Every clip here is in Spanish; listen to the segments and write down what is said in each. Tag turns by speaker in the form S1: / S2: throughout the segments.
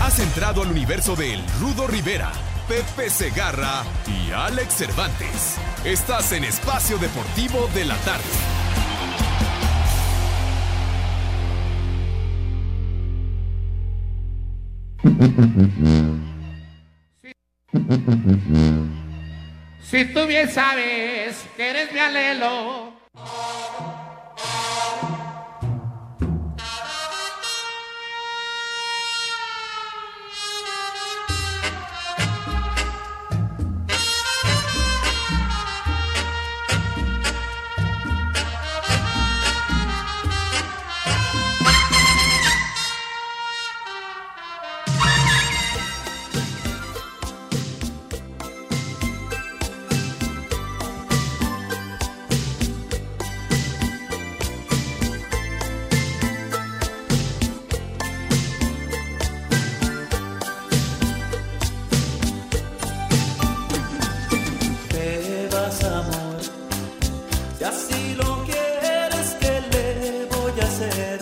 S1: Has entrado al universo de El Rudo Rivera, Pepe Segarra y Alex Cervantes. Estás en Espacio Deportivo de la Tarde.
S2: Si tú bien sabes que eres mi alelo.
S3: Te vas amor, si así lo quieres, ¿qué le voy a hacer?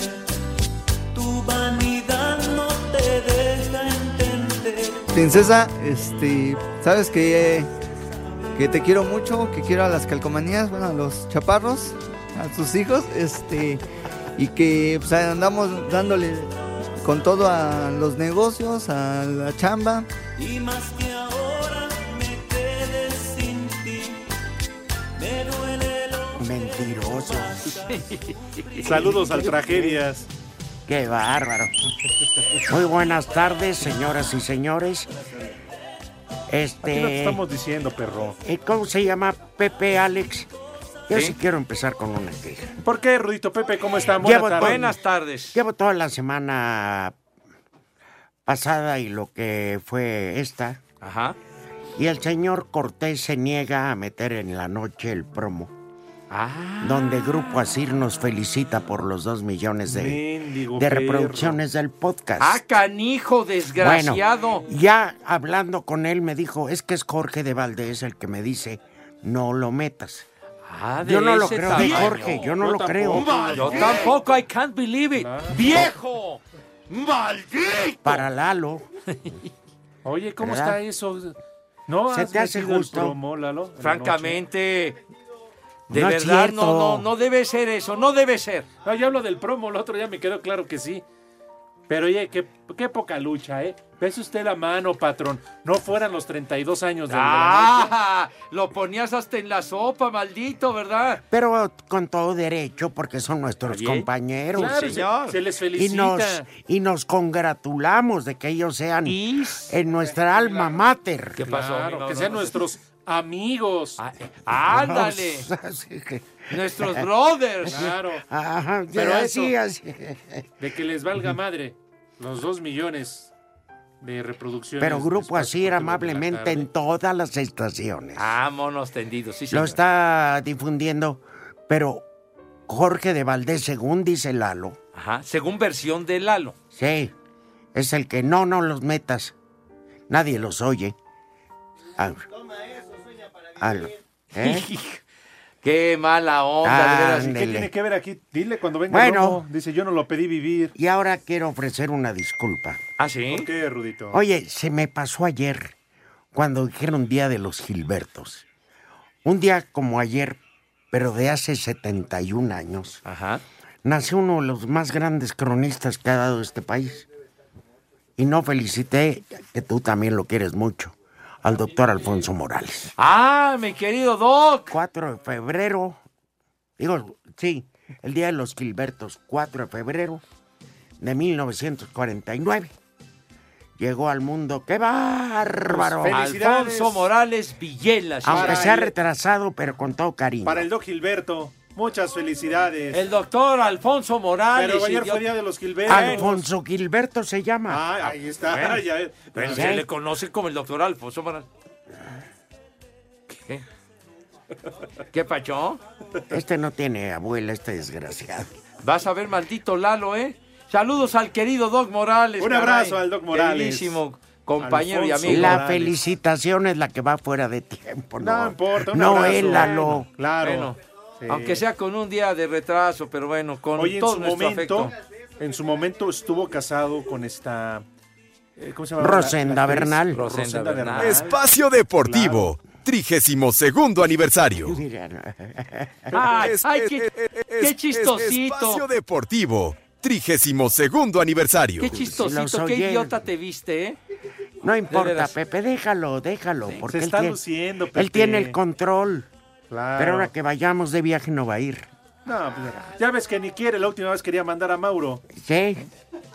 S3: Tu vanidad no te deja entender.
S4: Princesa, este, sabes que, que te quiero mucho, que quiero a las calcomanías, bueno, a los chaparros, a sus hijos, este, y que pues, andamos dándole con todo a los negocios, a la chamba.
S3: Y más que ahora me quedé sin ti, me duele lo
S5: Mentiroso.
S6: Saludos al tragedias.
S5: Qué bárbaro. Muy buenas tardes, señoras y señores.
S6: ¿Qué es lo que
S5: Este.
S6: estamos diciendo, perro?
S5: eh, ¿Cómo se llama? Pepe Alex. Yo sí quiero empezar con una queja.
S6: ¿Por qué, Rudito Pepe? ¿Cómo están?
S5: Llevo
S6: Buenas tardes.
S7: Buenas tardes.
S5: Llevo toda la semana pasada y lo que fue esta.
S7: Ajá.
S5: Y el señor Cortés se niega a meter en la noche el promo,
S7: Ah,
S5: donde Grupo Asir nos felicita por los dos millones de,
S6: Mendigo
S5: de
S6: perro.
S5: reproducciones del podcast.
S7: ah, canijo,
S5: Bueno,
S7: desgraciado.
S5: ya hablando con él me dijo, es que es Jorge de Valdés el que me dice, no lo metas.
S7: Ah, de
S5: Yo no lo
S7: ese
S5: creo, de
S7: tamaño.
S5: Jorge, yo no
S6: Yo
S5: lo creo.
S6: tampoco.
S7: Yo tampoco, I can't believe it. ¡Viejo!
S5: Para Lalo,
S6: Oye, ¿cómo
S5: ¿Verdad?
S6: está eso? ¿No
S5: ¿Se
S6: has
S5: te hace
S6: metido el
S5: justo?
S6: promo, Lalo, en la
S7: Francamente, de
S5: No es
S7: verdad,
S5: cierto.
S7: no, no, no debe ser eso, no debe ser.
S6: noche? No, yo hablo del promo, el otro día me quedó claro que sí. Pero oye, qué, qué poca lucha, ¿eh? Pese usted la mano, patrón. No fueran los 32 años de
S7: Ah, lo ponías hasta en la sopa, maldito, ¿verdad?
S5: pero con todo derecho porque son nuestros
S7: Oye,
S5: compañeros.
S6: Claro, se-
S7: señor.
S6: Se, les
S5: y
S6: felicita.
S5: nos, y nos congratulamos de que ellos sean
S7: Y-
S5: en nuestra alma mater.
S7: ¿Qué pasó?
S6: Claro,
S7: No,
S6: que
S7: no,
S6: sean
S7: no.
S6: nuestros amigos.
S7: Ah, eh, ándale, nuestros brothers.
S6: Claro.
S5: Ajá,
S6: Pero
S5: pero así,
S6: eso-
S5: así.
S6: De que les valga madre los dos millones de reproducciones.
S5: Pero
S6: Espacio
S5: grupo así
S6: Deportivo de la
S5: amablemente
S6: Tarde.
S5: en todas las estaciones.
S7: Vámonos tendidos, Ah, sí,
S5: Lo
S7: señor.
S5: está difundiendo, pero Jorge de Valdés, según dice Lalo,
S7: Ajá, según versión de Lalo.
S5: sí, es el que no, no los metas. Nadie los oye. Toma eso, para
S7: Qué mala onda, de veras.
S6: ¿Y ¿Qué
S5: Ándele.
S6: tiene que ver aquí? Dile cuando venga.
S5: Bueno.
S6: Romo. Dice, yo no lo pedí vivir.
S5: Y ahora quiero ofrecer una disculpa.
S7: ¿Ah, sí?
S6: ¿Por qué, Rudito?
S5: Oye, se me pasó ayer cuando dijeron Día de los Gilbertos. Un día como ayer, pero de hace 71 años,
S7: Ajá.
S5: nació uno de los más grandes cronistas que ha dado este país. Y no felicité, que tú también lo quieres mucho, al doctor Alfonso Morales.
S7: Ah, mi querido Doc.
S5: 4 de febrero, digo, sí, el Día de los Gilbertos, 4 de febrero de 1949. Llegó al mundo, ¡qué bárbaro!
S6: Pues, Felicidades.
S7: Alfonso Morales Villela. señor.
S5: Aunque
S6: Para
S5: se ha
S6: el-
S5: retrasado, pero con todo cariño.
S6: Para el Doc Gilberto. Muchas felicidades.
S7: El doctor Alfonso Morales.
S6: Pero ayer
S7: idiota.
S6: fue día de los Gilbertos.
S5: Alfonso Gilberto se llama.
S6: Ah, ahí está.
S5: Bueno,
S6: ya ves.
S7: Pero
S5: pues,
S7: se
S5: ¿eh?
S7: le conoce como el doctor Alfonso Morales. ¿Qué? ¿Qué pacho?
S5: Este no tiene abuela, este desgraciado.
S7: Vas a ver, maldito Lalo, ¿eh? Saludos al querido Doc Morales.
S6: Un abrazo al Doc Morales.
S7: Queridísimo compañero
S6: Alfonso.
S7: y amigo.
S5: La
S6: Morales.
S5: felicitación es la que va fuera de tiempo, ¿no?
S6: No importa, un
S5: No,
S6: abrazo.
S5: él, Lalo.
S6: Claro.
S7: Bueno,
S6: Sí.
S7: aunque sea con un día de retraso, pero bueno, con
S6: Oye, en
S7: todo
S6: su
S7: nuestro
S6: momento,
S7: afecto.
S6: en su momento estuvo casado con esta. eh, ¿Cómo se llama?
S5: Rosenda Bernal.
S6: Rosenda,
S7: Rosenda
S6: Bernal.
S7: Bernal.
S1: Espacio Deportivo, 32 aniversario.
S5: Mira, no.
S7: Ay,
S1: Es-
S7: Ah, ay,
S1: es-
S7: qué,
S1: es- es-
S7: qué
S1: es
S7: chistosito.
S1: Espacio Deportivo, 32 aniversario.
S7: Qué
S5: los
S7: chistosito, qué
S5: oyen.
S7: idiota te viste, ¿eh?
S5: No importa,
S7: veras.
S5: Pepe, déjalo, déjalo.
S6: se
S5: Porque él
S6: está
S5: tiene,
S6: luciendo, Pepe.
S5: Él tiene el control.
S6: Claro.
S5: Pero ahora que vayamos de viaje no va a ir.
S6: No, pues, ya ves que ni quiere. La última vez quería mandar a Mauro.
S5: Sí,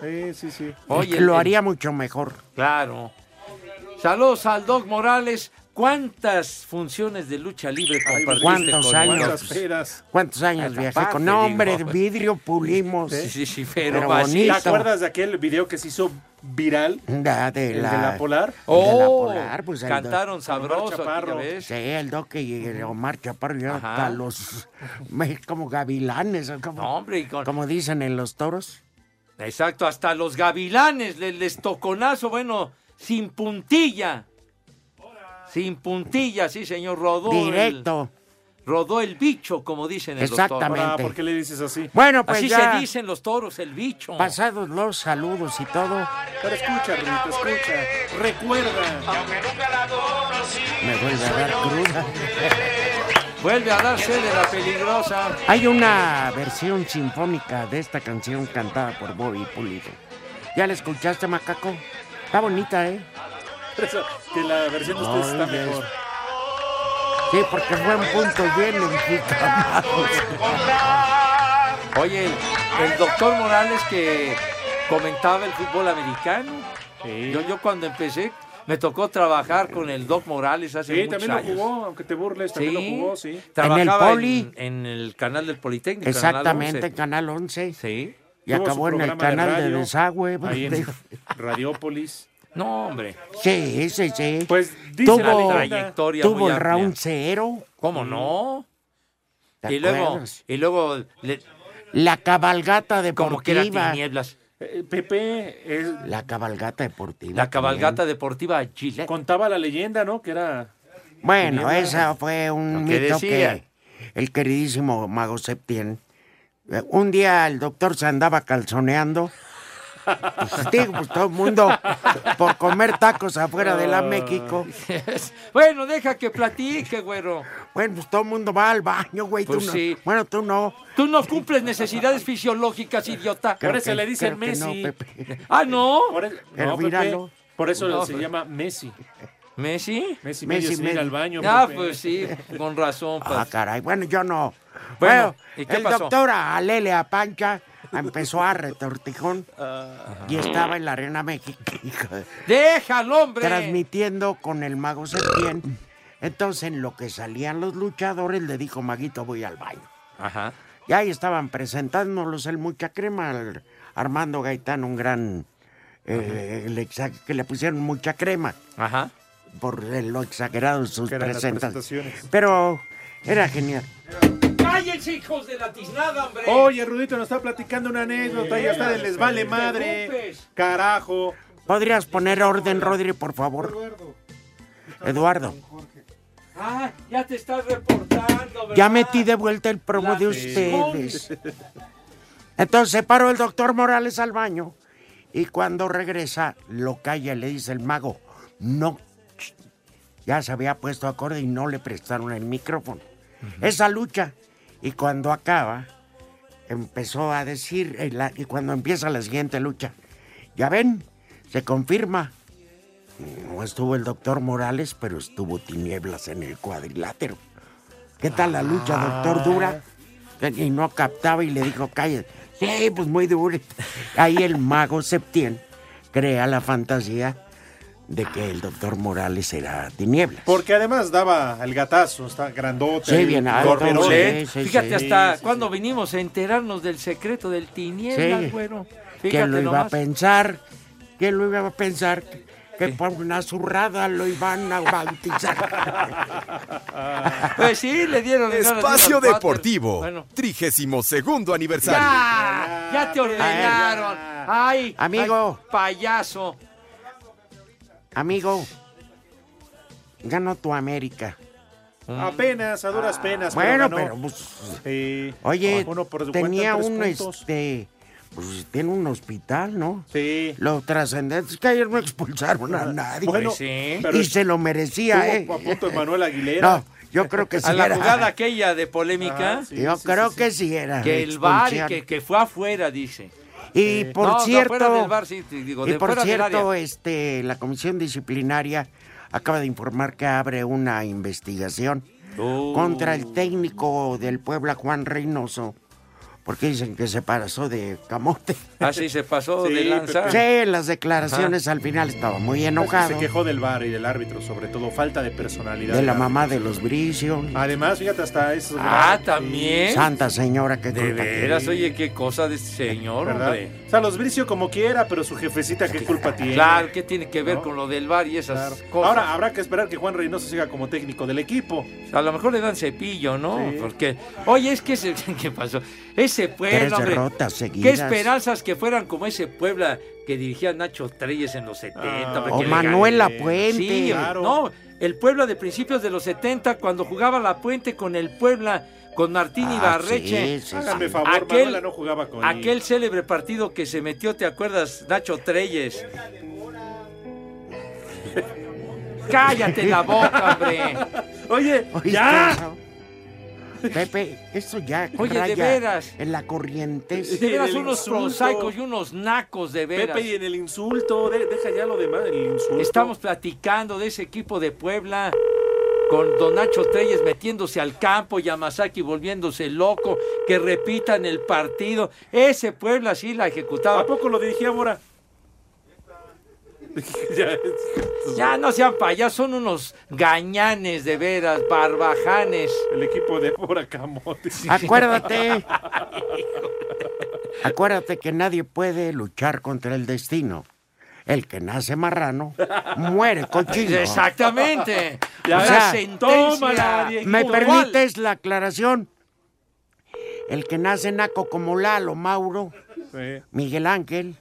S6: Sí, sí, sí.
S7: Oye,
S5: lo
S7: el-
S5: haría mucho mejor.
S7: Claro. Saludos al Doc Morales. ¿Cuántas funciones de lucha libre compartiste
S5: ¿cuántos
S7: con
S5: años?
S6: ¿Cuántas
S7: Nosotros?
S6: peras?
S5: ¿Cuántos años
S7: Hasta
S5: viajé
S7: aparte,
S5: con? No,
S7: digo.
S5: hombre, vidrio pulimos.
S7: Sí, sí, sí, pero,
S5: Pero
S7: vacío.
S6: ¿Te
S5: bonito.
S6: acuerdas de aquel video que se hizo viral?
S5: La de
S6: El
S5: la,
S6: de la Polar.
S7: Oh,
S5: Polar, pues, el
S7: cantaron
S6: Omar
S7: sabroso, aquí, ya
S6: Chaparro.
S7: ves.
S5: Sí, el Doque y el Omar Chaparro y
S7: Ajá.
S5: hasta los me- como gavilanes, o como,
S7: No, hombre, y con-
S5: como dicen en los toros.
S7: exacto, hasta los gavilanes les, les toconazo, bueno, sin puntilla. Sin puntilla, sí, señor, rodó
S5: Directo.
S7: El, rodó el bicho, como dicen en los
S5: Exactamente.
S7: toros.
S6: Ah, ¿por qué le dices así?
S5: Bueno, pues
S7: Así
S5: ya
S7: se dicen los toros, el bicho.
S5: pasados los saludos y todo,
S6: Pero escucha, Rudito, escucha. Recuerda.
S5: me vuelve a dar cruda.
S7: Vuelve a darse de la peligrosa.
S5: Hay una versión sinfónica de esta canción cantada por Bobby Pulido. ¿Ya la escuchaste, Macaco? Está bonita, ¿eh?
S6: Esa- Que la versión de ustedes Pues está
S5: Ay,
S6: mejor.
S5: Sí, porque fue un punto bien enjicamado.
S7: Oye, el, el doctor Morales que comentaba el fútbol americano. Yo, yo cuando empecé me tocó trabajar con el Doc Morales hace
S6: Sí,
S7: muchos
S6: también lo
S7: años.
S6: jugó, aunque te burles,
S7: Sí,
S6: también lo jugó, sí.
S5: En
S7: Trabajaba
S5: el
S7: en,
S5: Poli.
S7: en el canal del Politécnico. en el canal
S5: Exactamente, en
S7: 11.
S5: Canal 11.
S7: Sí.
S5: Y
S6: Tuvo su
S5: acabó en el
S6: programa de
S5: canal de,
S6: radio,
S5: desagüe. pues,
S6: Ahí en Radiópolis.
S7: No, hombre.
S5: Sí, sí, sí.
S6: Pues dice
S5: Tuvo-
S6: la
S7: Una
S6: leyenda.
S7: trayectoria
S5: Tuvo
S7: muy
S5: el
S7: amplia.
S5: round cero.
S7: ¿Cómo no?
S5: ¿te
S7: Y luego,
S5: acuerdas?
S7: y luego le-
S5: La cabalgata
S7: como que era
S5: deportiva.
S7: tinieblas.
S6: Eh, Pepe eh,
S5: La cabalgata deportiva.
S7: La cabalgata deportiva
S5: Eh.
S7: Gillette.
S6: contaba la leyenda, ¿no? Que era.
S5: también. Bueno, esa fue un
S7: Lo que
S5: mito
S7: decía.
S5: que el queridísimo Mago Septién. eh, Un día el doctor se andaba calzoneando. Pues, digo, pues, todo el mundo por comer tacos afuera de la México.
S7: bueno, deja que platique, güero.
S5: Bueno, pues todo el mundo va al baño, güey. tú
S7: Pues,
S5: no.
S7: sí.
S5: Bueno, tú no.
S7: Tú no cumples necesidades fisiológicas, idiota.
S6: Creo-
S5: Pero
S6: se le dice Messi.
S7: Ah, no.
S6: Por, eso-
S5: Pero
S6: no, Pepe,
S5: míralo. pues.
S6: por eso
S7: No.
S6: se llama Messi.
S7: ¿Messi?
S6: Messi,
S5: Messi,
S6: medio sin ir
S5: medio.
S6: al baño.
S7: Ah,
S6: Pepe.
S7: pues sí, con razón.
S5: Ah,
S7: pues.
S5: caray. Bueno, yo no.
S7: Bueno,
S5: Bueno,
S7: ¿y qué
S5: el
S7: pasó?
S5: doctor Alele Apancha empezó a retortijón
S7: Ah.
S5: y estaba en la Arena México
S7: Deja al hombre.
S5: transmitiendo con el mago Septién. Entonces, en lo que salían los luchadores, le dijo, Maguito, voy al baño.
S7: Ajá.
S5: Y ahí estaban presentándolos el Mucha Crema, al Armando Gaitán, un gran... eh, el exa- que le pusieron mucha crema
S7: Ajá.
S5: por lo exagerado de sus
S6: Que eran las
S5: presentaciones.
S6: presentaciones.
S5: Pero era genial.
S7: ¡Cállense, hijos de la tiznada, hombre!
S6: Oye, Rudito, nos está platicando una anécdota y hasta les vale madre.
S7: preocupes.
S6: Carajo.
S5: ¿Podrías poner orden, Rodri, por favor? Eduardo,
S7: Ah, ya te estás reportando, ¿verdad?
S5: ya metí de vuelta el promo
S7: La
S5: de ustedes. Entonces se paró el doctor Morales al baño y cuando regresa lo calla, le dice el mago, no, ya se había puesto acorde y no le prestaron el micrófono. Esa lucha. Y cuando acaba, empezó a decir, eh, la- y cuando empieza la siguiente lucha, ya ven, se confirma. No estuvo el doctor Morales, pero estuvo tinieblas en el cuadrilátero. ¿Qué tal la lucha,
S7: Ah.
S5: doctor? Dura. Y no captaba y le dijo, cállate. Sí, pues muy dura. Ahí el mago Septién crea la fantasía de que el doctor Morales era tinieblas.
S8: Porque además daba el gatazo, está grandote.
S5: Sí,
S8: ahí,
S5: bien alto,
S8: gorderón.
S5: sí,
S7: Corberón.
S5: sí,
S7: Fíjate
S5: sí.
S7: hasta
S8: Sí, sí,
S7: cuando vinimos a enterarnos del secreto del tinieblas,
S5: Sí.
S7: bueno.
S5: ¿Quién
S7: Fíjate
S5: lo iba a
S7: nomás.
S5: pensar? ¿Quién lo iba a pensar? Que por una zurrada lo iban a bautizar.
S7: Pues sí, le dieron ganas de ir al
S1: Espacio
S7: váter.
S1: Deportivo,
S7: Bueno.
S1: 32 aniversario.
S7: ¡Ya! ¡Ya te ordenaron! ¡Ay!
S5: Amigo.
S7: ay, ¡Payaso!
S5: Amigo, ganó tu América.
S8: Apenas, a duras penas.
S5: Ah, Bueno,
S8: ganó.
S5: pero pues,
S8: Sí.
S5: oye,
S8: Uno por su
S5: tenía
S8: cuenta, tres
S5: un
S8: puntos.
S5: este, pues tiene un hospital, ¿no?
S8: Sí.
S5: Lo trascendente es que ayer no expulsaron a nadie.
S8: Bueno,
S7: sí.
S8: pero
S5: y se lo merecía, ¿eh?
S8: estuvo a punto de Manuel Aguilera.
S5: No, yo creo que sí
S7: A la
S5: era.
S7: jugada aquella de polémica,
S8: Ah, sí,
S5: yo
S8: sí,
S5: creo
S8: sí,
S5: que sí era.
S7: que el bar y
S5: expulsión.
S7: que, que fue afuera, dice.
S5: Y por
S7: No, no,
S5: cierto,
S7: fuera del bar, sí, te digo,
S5: y
S7: de
S5: por
S7: fuera del
S5: cierto,
S7: área.
S5: este, la comisión disciplinaria acaba de informar que abre una investigación
S7: Oh.
S5: contra el técnico del Puebla, Juan Reynoso, porque dicen que se pasó de camote.
S7: Así se pasó
S8: Sí,
S7: de lanza.
S5: Sí, en las declaraciones al final estaba
S7: Pues
S5: muy
S8: Es Pues, que
S5: enojado
S8: Se quejó del bar y del árbitro, sobre todo, falta de personalidad.
S5: de la
S8: del
S5: mamá de los bricios,
S8: Además, fíjate, hasta es.
S7: Ah, también.
S5: Santa Señora que
S7: De
S5: culpa tiene.
S7: veras, oye, qué cosa de este señor,
S8: ¿verdad?
S7: hombre.
S8: O sea, los Bricio como quiera, pero su jefecita, ¿qué culpa tiene?
S7: Claro, ¿qué tiene que ver
S8: No.
S7: con lo del bar y esas
S8: Claro.
S7: cosas?
S8: Ahora habrá que esperar que Juan Reynoso siga como técnico del equipo.
S7: A lo mejor le dan cepillo, ¿no?
S8: Sí.
S7: Porque, oye, es que ese, ¿qué pasó? Ese
S5: Tres
S7: pueblo, hombre,
S5: derrotas
S7: qué
S5: seguidas.
S7: esperanzas que fueran como ese Puebla que dirigía Nacho Treyes en los 70.
S8: Ah.
S7: hombre,
S5: O
S7: que le
S5: Manuela
S8: Sí,
S7: ganó.
S5: Puente.
S7: Sí,
S8: claro.
S7: no, el Puebla de principios de los 70, cuando jugaba la Puente con el Puebla, con Martín
S5: Ah,
S7: Ibarreche.
S5: sí, sí,
S8: Hágame
S5: sí.
S8: favor,
S7: Aquel-
S8: Manuela no jugaba con
S7: Aquel célebre partido que se metió, ¿te acuerdas, Nacho Treyes? Cállate la boca, hombre.
S8: Oye,
S5: Oíste
S8: ya.
S5: eso. Pepe, eso ya
S7: Oye, de
S5: raya
S7: veras.
S5: en la corrientez.
S7: De veras
S8: El
S7: unos
S8: insulto.
S7: prosaicos y unos nacos de veras.
S8: Pepe y en el insulto, de- deja ya lo demás, el insulto.
S7: Estamos platicando de ese equipo de Puebla con Don Nacho Treyes metiéndose al campo, Yamazaki volviéndose loco, que repitan el partido. Ese Puebla sí la
S8: ¿A
S7: ejecutaba.
S8: poco lo dirigía ahora? ya.
S7: Ya no sean payas, son unos gañanes de veras, barbajanes.
S8: El equipo de Bora Camote.
S5: Acuérdate. Acuérdate que nadie puede luchar contra el destino. El que nace marrano muere cochino.
S7: Exactamente.
S5: O
S7: La
S5: sea,
S7: sentencia.
S8: tómala, Diego.
S5: ¿Me
S7: puntual.
S5: permites la aclaración? El que nace naco como Lalo, Mauro,
S8: Sí,
S5: Miguel Ángel,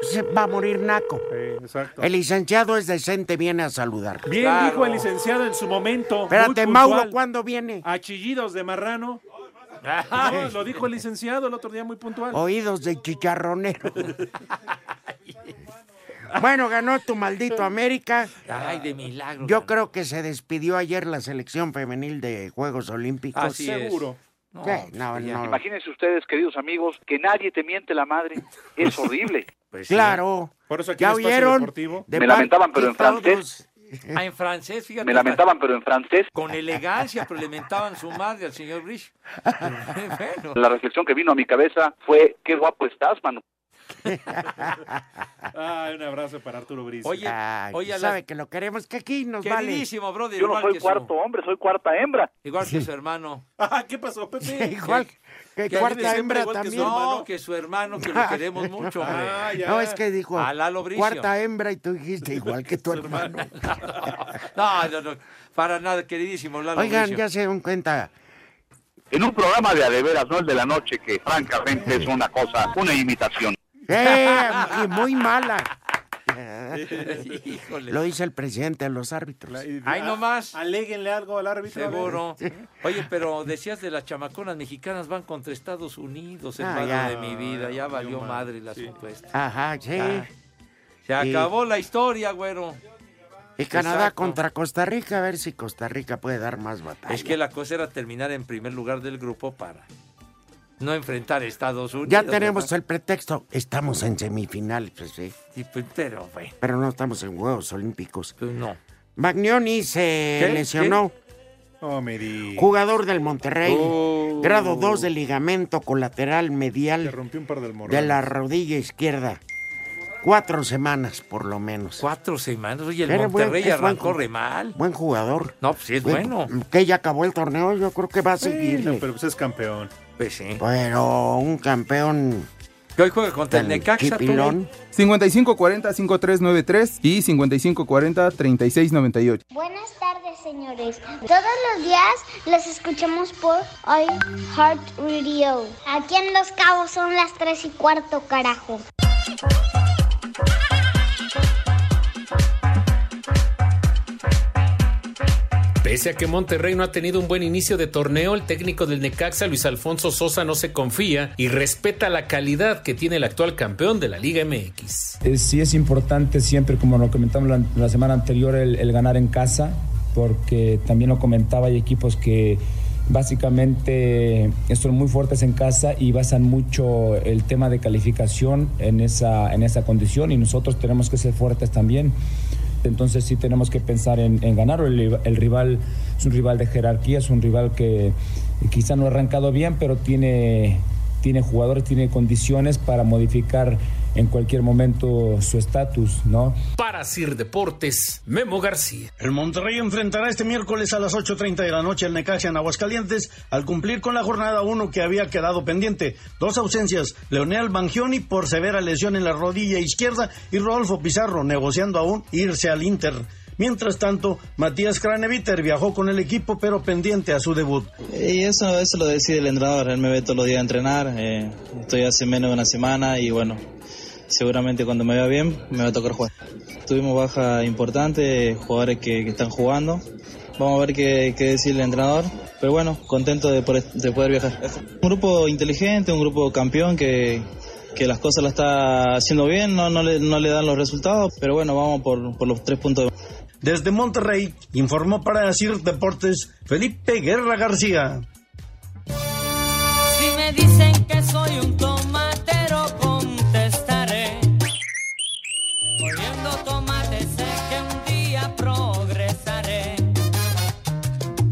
S5: pues, se va a morir naco.
S8: sí, exacto.
S5: El licenciado es decente, viene a saludar.
S8: Bien
S7: Claro.
S8: dijo el licenciado en su momento.
S5: Espérate,
S8: muy
S5: Mauro,
S8: puntual,
S5: ¿cuándo viene?
S8: A chillidos de marrano. No, lo dijo el licenciado el otro día muy puntual.
S5: Oídos de chicharronero. bueno, ganó tu maldito América.
S7: Ay, de milagro.
S5: Yo creo que se despidió ayer la selección femenil de Juegos Olímpicos.
S7: Así
S8: Seguro.
S5: Sí,
S7: es. Ah, No,
S5: no,
S7: pues, ya.
S5: no.
S9: Imagínense ustedes, queridos amigos, que nadie te miente la madre. Es horrible.
S7: Pues sí.
S5: Claro.
S8: Por eso aquí
S5: ¿Ya
S8: en Espacio
S5: oyeron?
S8: Deportivo.
S5: De
S9: Me
S5: parte
S9: lamentaban, pero en
S5: de todos.
S9: francés.
S7: Ah, en francés, fíjate.
S9: Me lamentaban, pero en francés,
S7: Con elegancia, pero le mentaban su madre al señor Rich. Bueno,
S9: la reflexión que vino a mi cabeza fue, qué guapo estás, mano.
S8: Ay, un abrazo para Arturo Bricio.
S7: Oye,
S5: Ay,
S7: oye, a
S5: pues,
S7: la-
S5: sabe que lo queremos, que aquí nos vale.
S7: queridísimo, brother.
S9: Yo no
S7: igual
S9: soy
S7: que su-
S9: cuarto hombre, soy cuarta hembra.
S7: Igual que su hermano.
S8: Ah, ¿Qué pasó, Pepe?
S5: Igual que,
S7: que
S5: cuarta
S8: siempre
S5: hembra
S8: igual que su
S5: también.
S8: hermano.
S7: No, que su hermano, que lo queremos mucho,
S8: Ah,
S7: hombre.
S8: ya.
S5: No, es que dijo
S7: A Lalo Bricio.
S5: cuarta hembra y tú dijiste igual que tu hermano.
S7: No, no, no, para nada, queridísimo Lalo
S5: Oigan,
S7: Bricio.
S5: ya se dan cuenta.
S9: En un programa de adeveras, no el de la noche, que francamente es una cosa, una imitación.
S5: ¡Eh! Y muy mala.
S7: Híjole.
S5: Lo dice el presidente a los árbitros.
S7: Ahí nomás.
S8: "Ah, Aléguenle algo al árbitro. a ver.
S7: Seguro. Oye, pero decías de las chamaconas mexicanas van contra Estados Unidos,
S5: Ah,
S7: hermano
S5: ya.
S7: de mi vida. Ya valió madre la
S8: Sí.
S7: supuesta.
S5: Ajá, sí.
S7: Ah. Se
S5: Sí.
S7: acabó la historia, güero.
S5: Y Canadá
S7: Exacto.
S5: contra Costa Rica, a ver si Costa Rica puede dar más batalla.
S7: Es que la cosa era terminar en primer lugar del grupo para no enfrentar a Estados Unidos.
S5: Ya tenemos
S7: ¿verdad?
S5: el pretexto. Estamos en semifinales, pues sí.
S7: Sí, pues, pero bueno,
S5: Pero no estamos en Juegos Olímpicos.
S7: pues no.
S5: Magnoni se
S7: ¿Qué?
S5: lesionó.
S8: No me di.
S5: Jugador del Monterrey.
S8: Oh.
S5: Grado 2 de ligamento colateral
S8: Te
S5: medial
S8: rompí un par del morro.
S5: de la rodilla izquierda. Cuatro semanas, por lo menos.
S7: Cuatro semanas. Oye, el
S5: Era buen-
S7: Monterrey
S5: es buen
S7: arrancó
S5: ju-
S7: re mal.
S5: Buen jugador.
S7: No, pues sí es bueno.
S5: Eh, Que ya acabó el torneo, yo creo que va a seguir. eh.
S8: Bueno, pero pues es campeón.
S7: Pues sí.
S5: Pero un campeón
S7: Que hoy juega contra el
S5: tan
S7: Necaxa. tú, güey.
S5: chipilón.
S10: 5540-5393 y 5540-3698.
S11: Buenas tardes, señores. Todos los días los escuchamos por Heart Radio. Aquí en Los Cabos son las 3 y cuarto, carajo.
S12: Pese a que Monterrey no ha tenido un buen inicio de torneo, el técnico del Necaxa, Luis Alfonso Sosa, no se confía y respeta la calidad que tiene el actual campeón de la Liga MX.
S13: Eh, sí es importante siempre, como lo comentamos la, la semana anterior, el, el ganar en casa, porque también lo comentaba, hay equipos que básicamente son muy fuertes en casa y basan mucho el tema de calificación en esa, en esa condición y nosotros tenemos que ser fuertes también. Entonces sí tenemos que pensar en, en ganar. El, el rival es un rival de jerarquía, es un rival que quizá no ha arrancado bien, pero tiene, tiene jugadores, tiene condiciones para modificar en cualquier momento su estatus, ¿no?
S12: Para Sir Deportes, Memo García.
S14: El Monterrey enfrentará este miércoles a las 8.30 de la noche al Necaxa en Aguascalientes al cumplir con la jornada 1 que había quedado pendiente. Dos ausencias, Leonel Bangioni por severa lesión en la rodilla izquierda y Rodolfo Pizarro negociando aún irse al Inter. Mientras tanto, Matías Craneviter viajó con el equipo pero pendiente a su debut.
S15: Y eso, eso lo decide el entrenador, él me ve todos los días a entrenar, eh, estoy hace menos de una semana y bueno, seguramente cuando me vea bien me va a tocar jugar. Tuvimos baja importante, jugadores que, que están jugando, vamos a ver qué, qué decir el entrenador, pero bueno, contento de, por- de poder viajar. Un grupo inteligente, un grupo campeón que, que las cosas la está haciendo bien, no, no, le, no le dan los resultados, pero bueno, vamos por, por los tres puntos.
S14: Desde Monterrey informó para Sir Deportes Felipe Guerra García.
S3: Si me dicen que soy un tomatero, contestaré. Oliendo tomates sé que un día progresaré.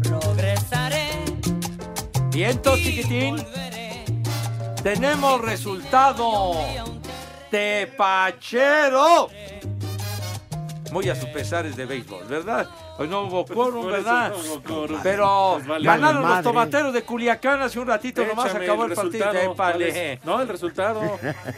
S3: Progresaré.
S7: Vientos, chiquitín. Tenemos resultado. Tepachero. Muy a sus pesares de béisbol, ¿verdad? Hoy no hubo quórum,
S6: Por eso
S7: ¿verdad?
S6: no hubo quórum.
S7: Pero
S6: Nos vale
S7: ganaron
S6: madre.
S7: los tomateros de Culiacán hace un ratito nomás,
S6: Échame
S7: acabó
S6: el
S7: el, partido.
S6: resultado, ¿cuál es?
S7: Épale. No, el resultado.
S8: Ah,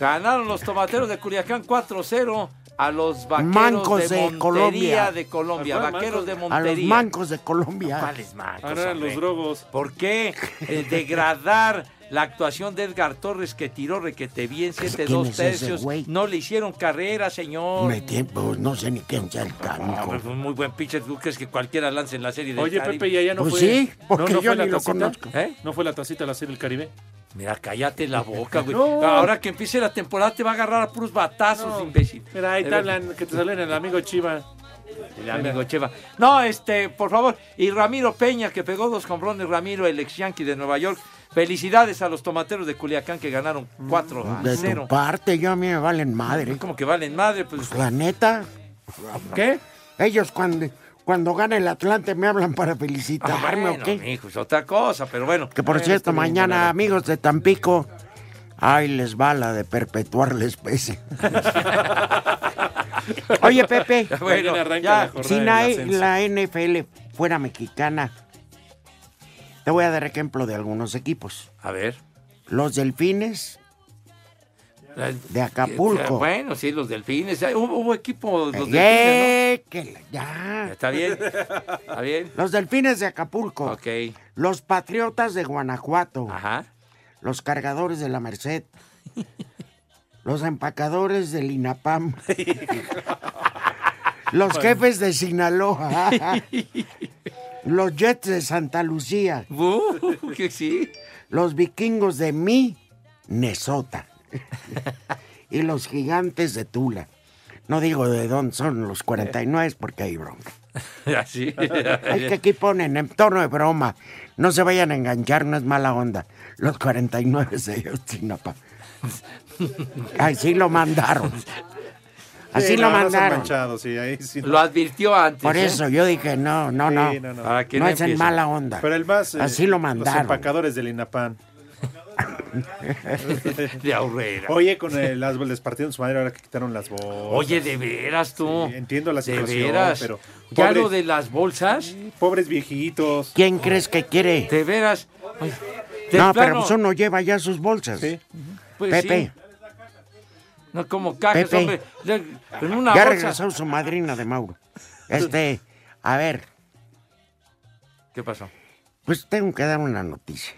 S7: Ganaron los tomateros de Culiacán 4-0 a los vaqueros
S5: Mancos
S7: de
S5: de
S7: Montería
S5: Colombia.
S7: de Colombia,
S5: ¿A cuál
S7: vaqueros
S5: mancos?
S7: de
S5: A
S7: Montería.
S5: los mancos de Colombia.
S7: ¿Cuáles mancos,
S6: Ahora eran
S7: hombre?
S6: los drogos.
S7: ¿Por qué eh, degradar la actuación de Edgar Torres que tiró requete bien siete
S5: Pues, ¿quién
S7: dos
S5: es ese
S7: tercios?
S5: güey?
S7: no le hicieron carrera, señor.
S5: Me tiempo, no sé ni quién sea el
S7: No,
S5: canijo.
S7: pero fue un muy buen pitcher. ¿Tú crees que cualquiera lance en la serie de
S6: Oye, Pepe, ¿y allá no
S5: Pues
S6: fue?
S5: sí,
S6: no-
S5: porque
S6: no
S5: yo
S6: fue la
S5: ni lo
S6: tacita?
S5: conozco.
S7: ¿Eh?
S6: ¿No fue la tacita de la serie del Caribe?
S7: Mira, cállate la boca, güey.
S6: No.
S7: Ahora que empiece la temporada te va a agarrar a puros batazos,
S6: No.
S7: imbécil.
S6: Mira, ahí
S7: De
S6: te
S7: ver-
S6: hablan, que te salen el amigo Chiva.
S7: El amigo Cheva. No, este, por favor. Y Ramiro Peña, que pegó dos combrones, Ramiro, el ex yankee de Nueva York. Felicidades a los tomateros de Culiacán que ganaron 4 a
S5: Mm, De
S7: 0.
S5: tu parte, yo a mí me valen madre.
S7: Como que valen madre, pues.
S5: La neta,
S7: ¿Qué?
S5: ellos cuando, cuando gana el Atlante me hablan para
S7: Ah,
S5: felicitarme,
S7: bueno,
S5: ¿ok?
S7: mijo, es otra cosa, pero bueno.
S5: Que por
S7: Eh, está
S5: cierto,
S7: bien,
S5: mañana,
S7: ganado.
S5: amigos de Tampico, ahí les va la de perpetuar la especie. Oye, Pepe,
S7: Bueno,
S6: Mañana arranca
S7: ya.
S6: la jornada
S5: si
S6: del
S5: la,
S6: ascenso.
S5: la NFL fuera mexicana, te voy a dar ejemplo de algunos equipos.
S7: A ver.
S5: Los Delfines, De Acapulco.
S7: Eh, Bueno, sí, los delfines. Eh, Hubo, hubo equipo, los delfines, ¿no?
S5: eh, que la- ya.
S7: Está bien. Está bien.
S5: Los Delfines de Acapulco,
S7: Ok.
S5: los Patriotas de Guanajuato,
S7: Ajá.
S5: los Cargadores de la Merced, los Empacadores del INAPAM, los Jefes de Sinaloa, los Jets de Santa Lucía,
S7: Uh, que sí.
S5: los Vikingos de Minnesota y los Gigantes de Tula. No digo de dónde son los 49 porque hay bronca.
S7: Así.
S5: Es que aquí ponen en tono de broma. No se vayan a enganchar, no es mala onda. Los 49 de Yostinapa. Así lo mandaron. Así
S8: Sí,
S5: lo
S8: no, no son
S5: mandaron.
S8: manchados, sí, ahí sí.
S7: Lo advirtió antes.
S5: Por
S7: ¿eh?
S5: eso yo dije, no, no, no.
S8: Sí, no,
S5: no
S8: no.
S7: Para que no,
S5: es en
S7: empiece.
S5: mala onda.
S8: Pero el más. eh,
S5: Así lo
S8: Los
S5: mandaron.
S8: empacadores del INAPAN.
S7: de ahorrera.
S8: Oye, con el, las, les partieron su madre ahora que quitaron las bolsas.
S7: Oye, de veras tú.
S8: Sí, entiendo la
S7: De
S8: situación,
S7: veras.
S8: pero...
S7: Ya
S8: Pobre-
S7: lo de las bolsas.
S8: pobres viejitos.
S5: ¿Quién crees que quiere?
S7: De veras. Ay, de
S5: no,
S7: plano,
S5: pero pues uno lleva ya sus bolsas.
S7: pues
S5: Pepe,
S7: sí. No como cajas,
S5: Pepe.
S7: hombre. De- En una
S5: ya
S7: bolsa.
S5: regresó su madrina de Mauro. Este, a ver,
S7: ¿Qué pasó?
S5: pues tengo que dar una noticia.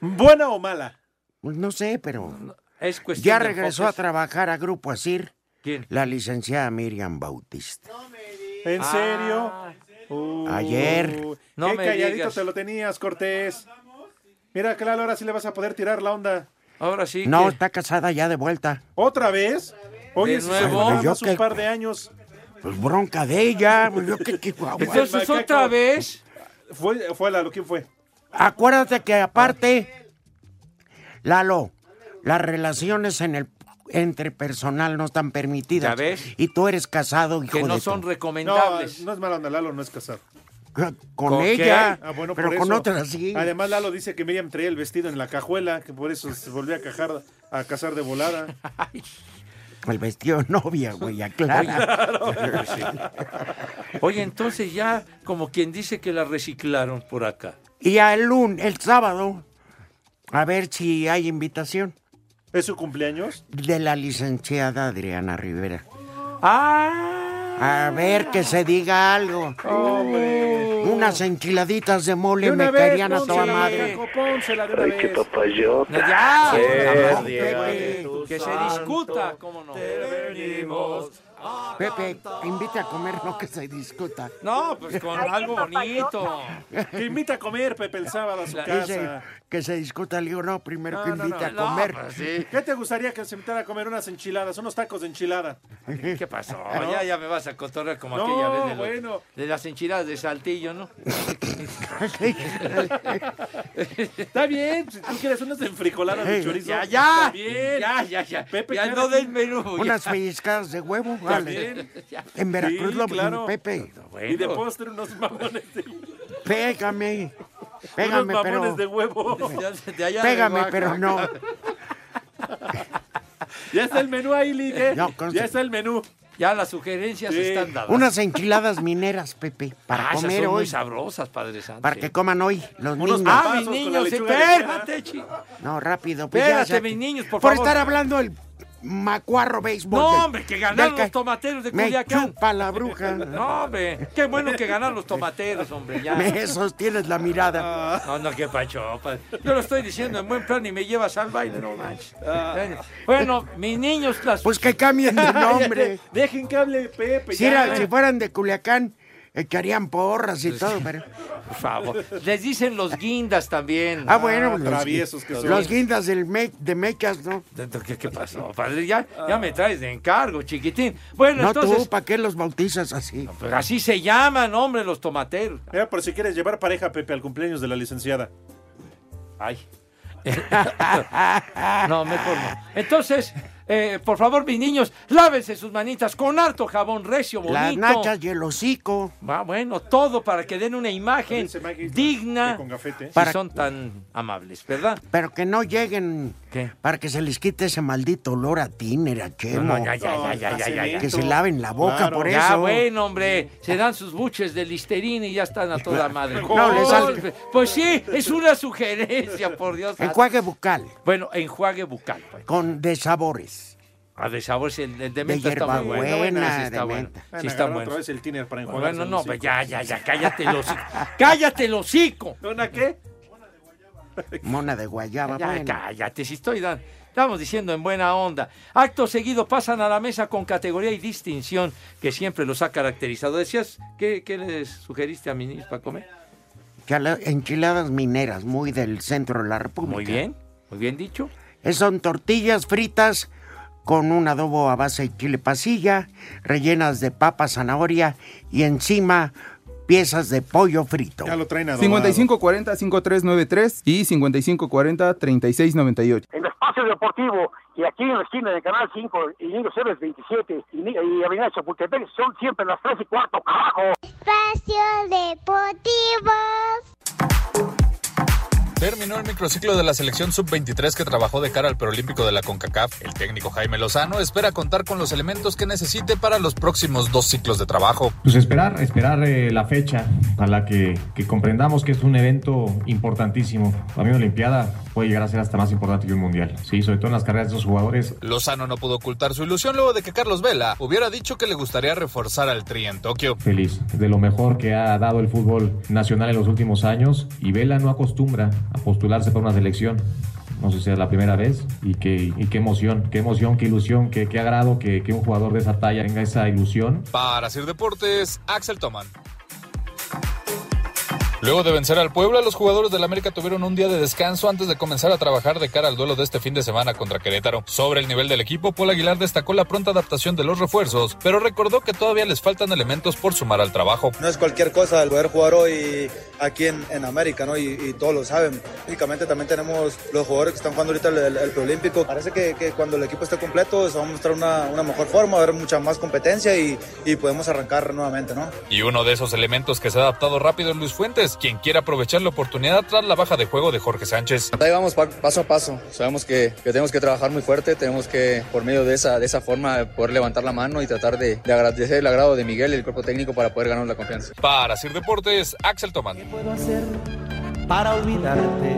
S8: ¿Buena o mala?
S5: Pues no sé, pero
S7: Es cuestión
S5: ya
S7: de
S5: regresó a
S7: enfoques.
S5: trabajar a Grupo Asir
S7: ¿Quién?
S5: la licenciada Miriam Bautista.
S8: ¿En
S7: Ah.
S8: serio?
S5: Ayer.
S8: Uy,
S7: No
S8: qué
S7: me
S8: calladito
S7: digas.
S8: te lo tenías, Cortés. Mira, claro, ahora sí le vas a poder tirar la onda.
S7: Ahora sí.
S5: No,
S7: que-
S5: está casada ya de vuelta.
S8: ¿Otra vez? Oye,
S7: De
S8: si
S7: nuevo.
S8: son nada
S5: Yo
S8: más
S5: qué-
S8: un par de años.
S5: Pues bronca de ella. pues yo qué- qué guau, guau.
S7: Entonces, otra vez.
S8: Fue, fue Lalo, ¿quién fue?
S5: Acuérdate que aparte, Lalo, las relaciones en el entre personal no están permitidas.
S7: ¿Ya ves?
S5: Y tú eres casado, hijo
S7: que no
S5: de
S7: son
S5: tu- Ah,
S8: No,
S7: recomendables.
S8: no es mala onda, Lalo no es casado.
S5: con,
S7: ¿Con
S5: ella,
S8: Ah, bueno,
S5: pero
S8: por
S5: con
S8: eso.
S5: otras sí.
S8: Además, Lalo dice que Miriam traía el vestido en la cajuela, que por eso se volvió a, cajar, a casar de volada.
S5: El vestido de novia, güey, aclara.
S7: Oye, entonces ya como quien dice que la reciclaron por acá.
S5: Y ya el lunes, el sábado, a ver si hay invitación
S8: ¿Es su cumpleaños?
S5: de la licenciada Adriana Rivera.
S7: Ah,
S5: A ver que se diga algo.
S8: ¡Hombre!
S5: Unas enchiladitas de mole
S8: De
S5: me
S8: una vez,
S5: caerían a toda
S8: pónsela,
S5: madre.
S8: Franco, pónsela de una vez.
S7: no, ya.
S5: Eh,
S7: Pepe,
S5: Diego,
S7: que se discuta, cómo no.
S5: Pepe, invita a comer, no que se discuta.
S7: No, pues con algo bonito.
S8: Que invita a comer, Pepe, el sábado a su
S5: Dice
S8: casa.
S5: que se discuta, le digo, no, primero que
S8: No, no,
S5: invite
S8: no, pues
S5: a
S8: no,
S5: comer.
S8: ¿Qué te gustaría que se invitara a comer unas enchiladas, unos tacos de enchilada?
S7: ¿Qué pasó? Ya, ya me vas a cotorrear como
S8: No,
S7: aquella vez de, los-
S8: bueno.
S7: de las enchiladas de saltillo, ¿no?
S8: Está bien, si tú quieres unas enfrijoladas de
S5: Ey.
S8: chorizo.
S7: ya, ya.
S8: Está bien.
S7: Ya, ya, ya.
S8: Pepe,
S7: ya
S8: ya
S7: no
S8: de-
S7: del menú. ya.
S5: Unas pellizcadas de huevo, vale. En Veracruz
S8: Sí,
S5: lo
S8: claro.
S5: Pepe.
S8: Y de postre unos mamones de,
S5: Pégame.
S8: unos
S5: Pégame,
S8: mamones
S5: pero.
S8: de huevo.
S7: Ya, de allá de
S5: Pégame,
S7: Oaxaca.
S5: pero no.
S8: Ya está el menú ahí, Lin, ¿eh?
S5: No, conste.
S8: ya está el menú.
S7: Ya las sugerencias
S8: Sí.
S7: están dadas.
S5: Unas enchiladas mineras, Pepe, para
S7: Ah, esas
S5: comer
S7: son muy
S5: hoy.
S7: sabrosas, Padre Santo.
S5: Para que coman hoy los niños.
S8: Unos papás.
S7: Ah, mis
S8: Vasos con la
S7: niños,
S8: lechuga de
S7: espérate, chi-
S5: No, rápido. pues, ya,
S7: Espérate,
S5: saque.
S7: mis niños, por favor.
S5: estar hablando del macuarro béisbol.
S7: No,
S5: del-
S7: hombre, que ganaron
S5: del ca-
S7: los tomateros de
S5: Me
S7: Culiacán.
S5: chupa la bruja.
S7: No, hombre, qué bueno que ganaron los tomateros, hombre, ya. Ah.
S5: Me sostienes la mirada.
S7: No, no, qué pacho, padre. Yo lo estoy diciendo en buen plan y me llevas al baile, no manches. Bueno, Bueno, mis niños, las...
S5: Pues que cambien de nombre.
S8: Dejen que hable
S7: Pues
S8: Pepe.
S5: Si,
S8: ya.
S5: era- si fueran de Culiacán, eh, que harían porras y todo, pero...
S7: Por favor. Les dicen los guindas también.
S5: Ah, bueno.
S8: Ah,
S5: los-
S8: traviesos que son.
S5: Los guindas del me- de Mechas, ¿no?
S7: ¿Qué, qué pasó, padre? Ya, ya me traes de encargo, chiquitín. Bueno,
S5: No
S7: entonces...
S5: tú, ¿para qué los bautizas así?
S7: pues así se llaman, hombre, los tomateros.
S8: Mira, por si quieres llevar pareja, Pepe, al cumpleaños de la licenciada.
S7: Ay. no, mejor no. Entonces, eh, por favor, mis niños, lávense sus manitas con harto jabón recio, bonito.
S5: Las nachas y el hocico.
S7: Va, bueno, todo para que den una imagen
S8: Dice Maggie,
S7: digna.
S8: que Con gafete.
S7: Si
S5: Para-
S7: son tan amables, ¿verdad?
S5: Pero que no lleguen
S7: ¿Qué?
S5: para que se les quite ese maldito olor a tíner, a chemo.
S7: No, no, ya, ya, ya, ya, ya, ya, ya.
S5: Que se laven la boca
S8: Claro.
S5: por eso.
S7: Ya, bueno, hombre, se dan sus buches de listerina y ya están a toda madre.
S5: No, les dan-
S7: Pues sí, es una sugerencia, por Dios.
S5: Enjuague bucal
S7: Bueno, enjuague bucal. pues.
S5: con de sabores.
S7: A de sabor, si el, el
S5: De
S7: de menta está muy bueno.
S5: hierbabuena,
S7: sí está
S5: de
S7: bueno.
S5: menta.
S8: Van a
S7: Sí está
S8: agarrar
S7: bueno.
S8: otra vez el tiner para enjuagar.
S7: Bueno, no, pues ya, ya, ya, cállate el hocico. ¡Cállate el hocico!
S8: ¿Una qué?
S5: Mona de guayaba.
S7: Ya,
S5: Ah, bueno.
S7: cállate, si estoy dando. Estamos diciendo en buena onda. Acto seguido pasan a la mesa con categoría y distinción que siempre los ha caracterizado. Decías, ¿qué, qué les sugeriste a mi niño para comer?
S5: Que a la- enchiladas mineras, muy del centro de la República.
S7: Muy bien, muy bien dicho.
S5: Eh, Son tortillas fritas con un adobo a base de chile pasilla, rellenas de papa, zanahoria y encima piezas de pollo frito.
S8: Ya lo traen a
S10: 5540-5393 y 5540-3698.
S16: En Espacio Deportivo y aquí en la esquina de Canal 5 y Niño Ceres 27 y, Ni- y Avenida Chapultepec son siempre las 3 y cuarto, carajo.
S11: Espacio Deportivo.
S17: Terminó el microciclo de la selección sub-23 que trabajó de cara al preolímpico de la CONCACAF. El técnico Jaime Lozano espera contar con los elementos que necesite para los próximos dos ciclos de trabajo.
S18: Pues esperar, esperar eh, la fecha a la que, que comprendamos que es un evento importantísimo. Para mí una Olimpiada puede llegar a ser hasta más importante que un Mundial, sí, sobre todo en las carreras de los jugadores.
S17: Lozano no pudo ocultar su ilusión luego de que Carlos Vela hubiera dicho que le gustaría reforzar al Tri en Tokio.
S18: Feliz, de lo mejor que ha dado el fútbol nacional en los últimos años y Vela no acostumbra a postularse para una selección. No sé si es la primera vez y qué, y qué emoción, qué emoción, qué ilusión, qué, qué agrado que, que un jugador de esa talla tenga esa ilusión
S17: Para Sir Deportes, Axel Toman. Luego de vencer al Puebla, los jugadores del América tuvieron un día de descanso antes de comenzar a trabajar de cara al duelo de este fin de semana contra Querétaro. Sobre el nivel del equipo, Paul Aguilar destacó la pronta adaptación de los refuerzos, pero recordó que todavía les faltan elementos por sumar al trabajo.
S19: No es cualquier cosa el poder jugar hoy aquí en, en América, ¿no? Y, y todos lo saben. Lógicamente también tenemos los jugadores que están jugando ahorita el, el- el preolímpico. Parece que, que cuando el equipo esté completo se va a mostrar una, una mejor forma, va a haber mucha más competencia y, y podemos arrancar nuevamente, ¿no?
S17: Y uno de esos elementos que se ha adaptado rápido es Luis Fuentes, quien quiere aprovechar la oportunidad tras la baja de juego de Jorge Sánchez.
S19: Ahí vamos pa- paso a paso. Sabemos que, que tenemos que trabajar muy fuerte, tenemos que, por medio de esa, de esa forma, poder levantar la mano y tratar de, de agradecer el agrado de Miguel y el cuerpo técnico para poder ganar la confianza.
S17: Para Sir Deportes, Axel Tomán.
S3: puedo hacer para olvidarte,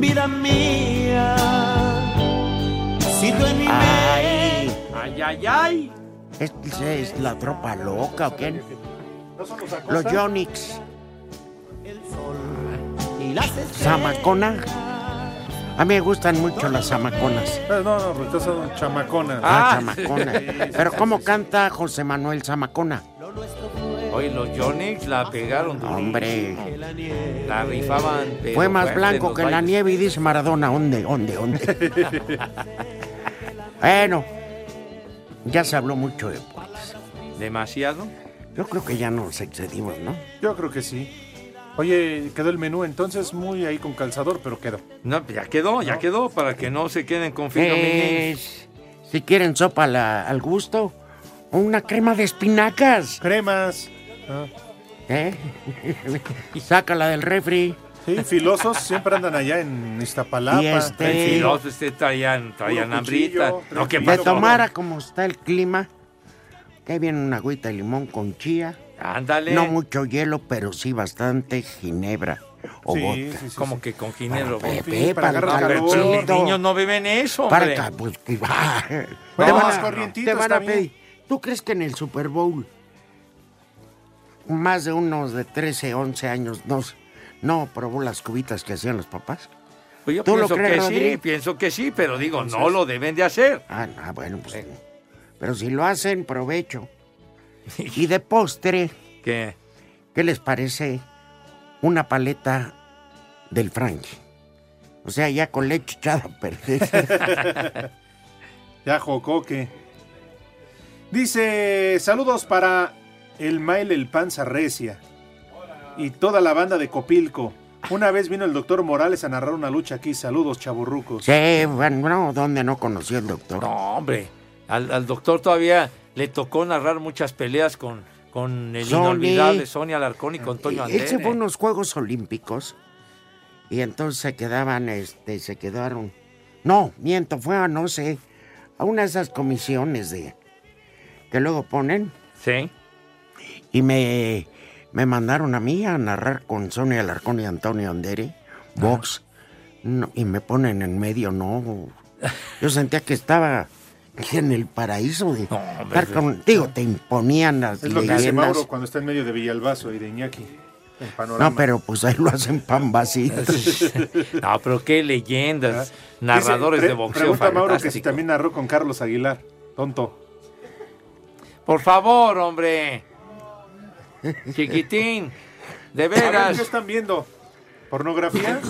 S3: vida mía? Si tú en mi
S5: Ay.
S7: Ay, ay, ay.
S5: ¿Este es la tropa loca o quién? Los
S3: mente-
S5: Yonix.
S3: Y las
S5: Zamacona. A mí me gustan mucho las zamaconas.
S8: No, no, pero estás hablando de chamacona.
S5: Ah,
S8: Sí,
S5: zamacona.
S8: sí, sí,
S5: Pero
S8: sí,
S5: ¿cómo
S8: sí.
S5: canta José Manuel Zamacona?
S7: Oye, los Jonix la pegaron durísimo.
S5: Hombre.
S7: La rifaban. pero
S5: Fue más
S7: fuerte en
S5: blanco
S7: los
S5: que la
S7: bailes.
S5: nieve y dice Maradona, ¿dónde, dónde, dónde? bueno, ya se habló mucho de Pumas.
S7: ¿Demasiado?
S5: Yo creo que ya nos excedimos, ¿no?
S8: Yo creo que sí. Oye, quedó el menú entonces muy ahí con calzador, pero quedó.
S7: No, pues ya quedó, ya quedó, para que no se queden con filo,
S5: Eh, si quieren sopa a la- al gusto, o una crema de espinacas.
S8: Cremas.
S5: ¿Eh? Sácala del refri.
S8: Sí, filosos siempre andan allá en Iztapalapa.
S5: Y este-
S8: En
S7: Y
S8: Filos-
S7: los este, traían, traían
S8: Puro
S7: hambrita.
S8: cuchillo,
S7: No, que
S5: De tomara como está el clima, que viene una agüita de limón con chía.
S7: Ándale.
S5: No mucho hielo, pero sí bastante ginebra o
S7: Sí,
S5: vodka.
S7: Como que con ginebro.
S5: Para
S7: vodka.
S5: bebé, para el calorcito.
S7: Los niños no beben eso,
S5: Para
S7: hombre.
S5: acá, pues, que va.
S7: Bueno,
S5: te
S7: más
S5: van, a,
S7: corrientitos
S5: te van a
S7: también.
S5: pedir. ¿Tú crees que en el Super Bowl más de unos de 13, 11 años no, no probó las cubitas que hacían los papás?
S7: Pues yo
S5: ¿Tú lo
S7: pienso
S5: crees,
S7: que sí,
S5: Rodri?
S7: pienso que sí, pero digo, no lo deben de hacer.
S5: Ah, no, bueno, pues. Pero si lo hacen, provecho. Y de postre,
S7: ¿Qué?
S5: ¿qué les parece una paleta del Frankie? O sea, ya con leche echada a perder.
S8: Ya jocoque. Dice, saludos para el Mael el Panza Recia y toda la banda de Copilco. Una vez vino el doctor Morales a narrar una lucha aquí. Saludos, chaburrucos.
S5: sí, bueno, no, ¿dónde no conoció el doctor?
S7: No, hombre. Al, al doctor todavía le tocó narrar muchas peleas con, con el
S5: Sony.
S7: inolvidable Sonia Alarcón y
S8: E-,
S7: con Toño
S5: Él
S7: Andrés.
S5: se fue a E-, unos Juegos Olímpicos y entonces se quedaban, este, se quedaron. No, miento, fue a no sé, a una de esas comisiones de que luego ponen.
S7: Sí.
S5: Y me, me mandaron a mí a narrar con Sonia Alarcón y Antonio Andere,
S8: Ah.
S5: box. No, y me ponen en medio, no. Yo sentía que estaba en el paraíso de estar con- digo, te imponían las
S8: Es lo que dice
S5: leyendas.
S8: Mauro cuando está en medio de Villalbazo y de Iñaki. El panorama.
S5: No, pero pues ahí lo hacen pan vacío.
S7: No, pero qué leyendas.
S8: Ah. Dice,
S7: Narradores
S8: pre-
S7: de boxeo.
S8: Pregunta a Mauro que
S7: fantásticos.
S8: si también narró con Carlos Aguilar. Tonto.
S7: Por favor, hombre. Chiquitín. De
S8: A ver, ¿Qué
S7: veras.
S8: están viendo? ¿Pornografía?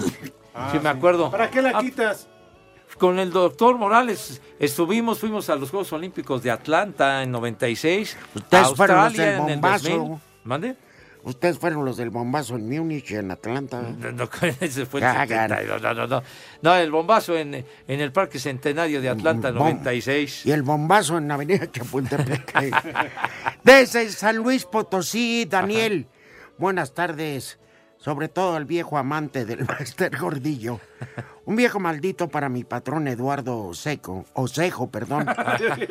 S8: Ah,
S7: Sí, me acuerdo. Ah,
S8: ¿Para qué
S5: Ah.
S8: la quitas?
S7: Con el doctor Morales estuvimos, fuimos a los Juegos Olímpicos de Atlanta en 96.
S5: Ustedes fueron los del
S7: Australia en el
S5: bombazo.
S7: 2000. ¿Mande?
S5: Ustedes fueron los del bombazo en Múnich, en Atlanta.
S7: No, no, ese fue el
S5: Ah,
S7: 72, no, no, no. No, el bombazo en, en el Parque Centenario de Atlanta,
S5: Bom-
S7: 96.
S5: Y el bombazo en Avenida Chapultepec. Desde San Luis Potosí, Daniel. Buenas tardes. sobre todo el viejo amante del Master Gordillo. Un viejo maldito para mi patrón Eduardo Oseco, Osejo, perdón,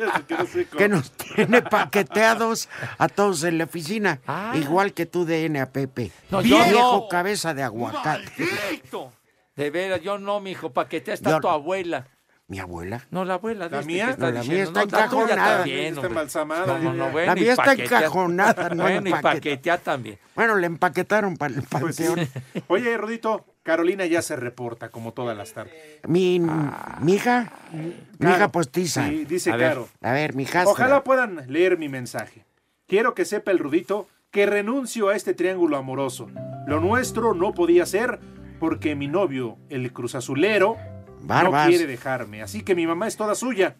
S5: que nos tiene paqueteados a todos en la oficina, igual que tú DN a Pepe.
S7: Ah. No, yo
S5: viejo
S7: no.
S5: cabeza de aguacate.
S7: ¡Maldito! De veras, yo no, mijo, para que te está
S5: Yo-
S7: tu abuela.
S5: Mi abuela.
S7: No, la abuela. de
S5: ¿La
S7: este
S5: mía?
S7: que está
S5: No, la mía
S7: diciendo,
S5: está
S7: no, la tuya
S5: encajonada.
S7: también,
S8: Está
S7: hombre.
S8: embalsamada,
S7: No, no,
S8: ya,
S7: no,
S8: ya.
S7: bueno,
S5: La
S7: y
S5: mía está
S7: paquetea-
S5: encajonada, no
S7: Bueno, y
S5: empaquetada.
S7: paquetea también.
S5: Bueno, le empaquetaron para el
S7: Pues
S5: panteón.
S8: Oye, Rudito, Carolina ya se reporta como todas las tardes.
S5: Mi, mi hija, mi
S8: Ah. Caro.
S5: hija postiza.
S8: Sí, dice
S5: A ver,
S8: Caro.
S5: A ver, mi hija.
S8: Ojalá puedan leer mi mensaje. Quiero que sepa el Rudito que renuncio a este triángulo amoroso. Lo nuestro no podía ser porque mi novio, el cruzazulero,
S5: Barbas.
S8: no quiere dejarme. Así que mi mamá es toda suya.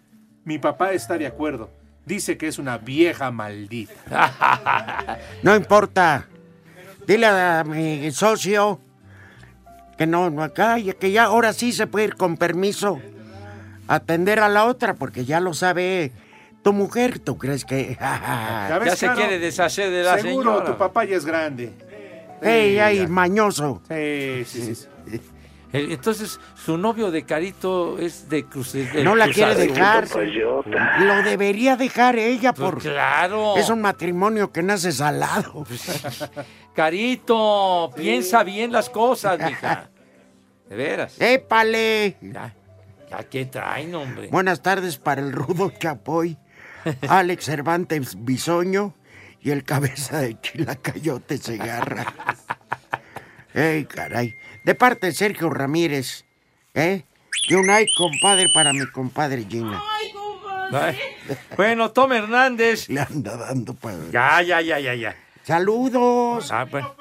S8: Mi papá está de acuerdo. Dice que es una vieja maldita.
S5: No importa. Dile a mi socio que no, no calle, que ya ahora sí se puede ir con permiso a atender a la otra, porque ya lo sabe tu mujer. ¿Tú crees que.? Ah,
S8: Ya ves,
S7: Ya se
S8: Caro,
S7: quiere deshacer de la
S8: Seguro,
S7: señora.
S8: tu papá ya es grande.
S5: ¡Ey,
S8: Sí,
S5: ay,
S8: ya.
S5: mañoso!
S8: Sí, sí, sí.
S7: Eh, Entonces, su novio de Carito es de Cruz. de
S5: No la
S7: Cruz
S5: quiere
S7: Azul.
S5: dejar. Lo debería dejar ella
S7: Pues
S5: por.
S7: claro.
S5: Es un matrimonio que nace salado.
S7: Carito, piensa bien las cosas, mija. De veras.
S8: Eh.
S5: ¡Épale!
S7: ¿A qué traen, hombre?
S5: Buenas tardes para el Rudo Chapoy, Alex Cervantes Bisoño y el cabeza de Chilacayote Segarra. ¡Ey, caray! De parte de Sergio Ramírez, ¿eh? Y un ay, compadre, para mi compadre Gina.
S7: Ay. Bueno, Tom Hernández.
S5: Le anda dando padre.
S7: Ya, ya, ya, ya, ya.
S5: ¡Saludos!
S7: Ah, bueno.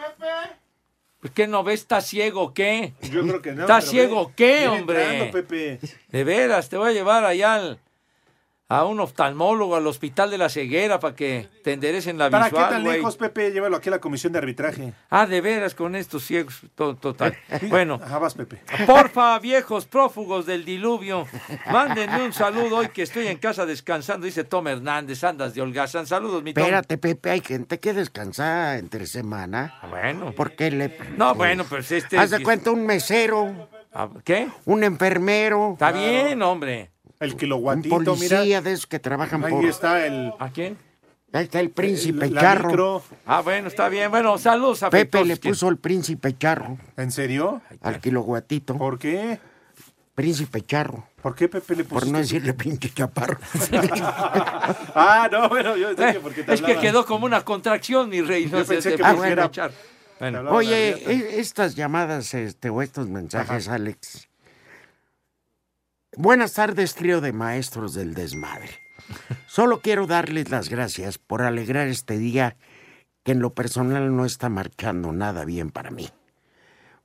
S7: Pues que no ves, ¿estás ciego o qué?
S8: Yo creo que no.
S7: ¿Estás
S8: pero
S7: ciego
S8: ve-
S7: qué,
S8: ve
S7: hombre?
S8: entrando, Pepe.
S7: De veras, te voy a llevar allá al- a un oftalmólogo, al hospital de la ceguera, para que te enderecen la
S8: ¿Para qué
S7: visual,
S8: tan
S7: güey.
S8: lejos, Pepe? Llévalo aquí a la comisión de arbitraje.
S7: Ah, de veras, con estos ciegos, to- total. Bueno,
S8: Ajá, vas, Pepe.
S7: porfa, viejos prófugos del diluvio, mándenme un saludo hoy que estoy en casa descansando, dice Tom Hernández, andas de holgazán. Saludos, mi Tom.
S5: Espérate, Pepe, hay gente que descansa entre semana.
S7: Ah, Bueno. pues.
S5: Porque le.
S7: No, bueno, pues este...
S5: Haz de cuenta un mesero,
S7: Ah, ¿Qué?
S5: un enfermero.
S7: Está bien, hombre.
S8: El
S5: Un
S8: kiloguatito,
S5: policía
S8: mira.
S5: de esos que trabajan
S8: Ahí
S5: por.
S8: está el.
S7: ¿A quién?
S5: Ahí está el príncipe
S8: el- Eh, la
S5: Charro.
S8: micro.
S7: Ah, bueno, está bien. Bueno, saludos a
S5: Pepe
S7: todos
S5: le
S7: que-
S5: puso el príncipe Charro
S8: ¿En serio?
S5: al kiloguatito.
S8: ¿Por qué?
S5: Príncipe Charro.
S8: ¿Por qué Pepe le puso?
S5: Por no decirle pinche chaparro.
S8: Ah, no, bueno, yo dije
S7: Eh,
S8: porque te
S7: es que
S8: hablaba.
S7: quedó como una contracción, mi rey. No
S8: Yo
S7: sé,
S8: pensé
S7: se
S8: que
S7: puso
S5: pusiera-
S7: a echar. Bueno.
S8: hablaba
S5: Oye,
S8: de abierto.
S5: e- estas llamadas este, o estos mensajes, Alex. Buenas tardes, trío de maestros del desmadre. Solo quiero darles las gracias por alegrar este día que en lo personal no está marchando nada bien para mí.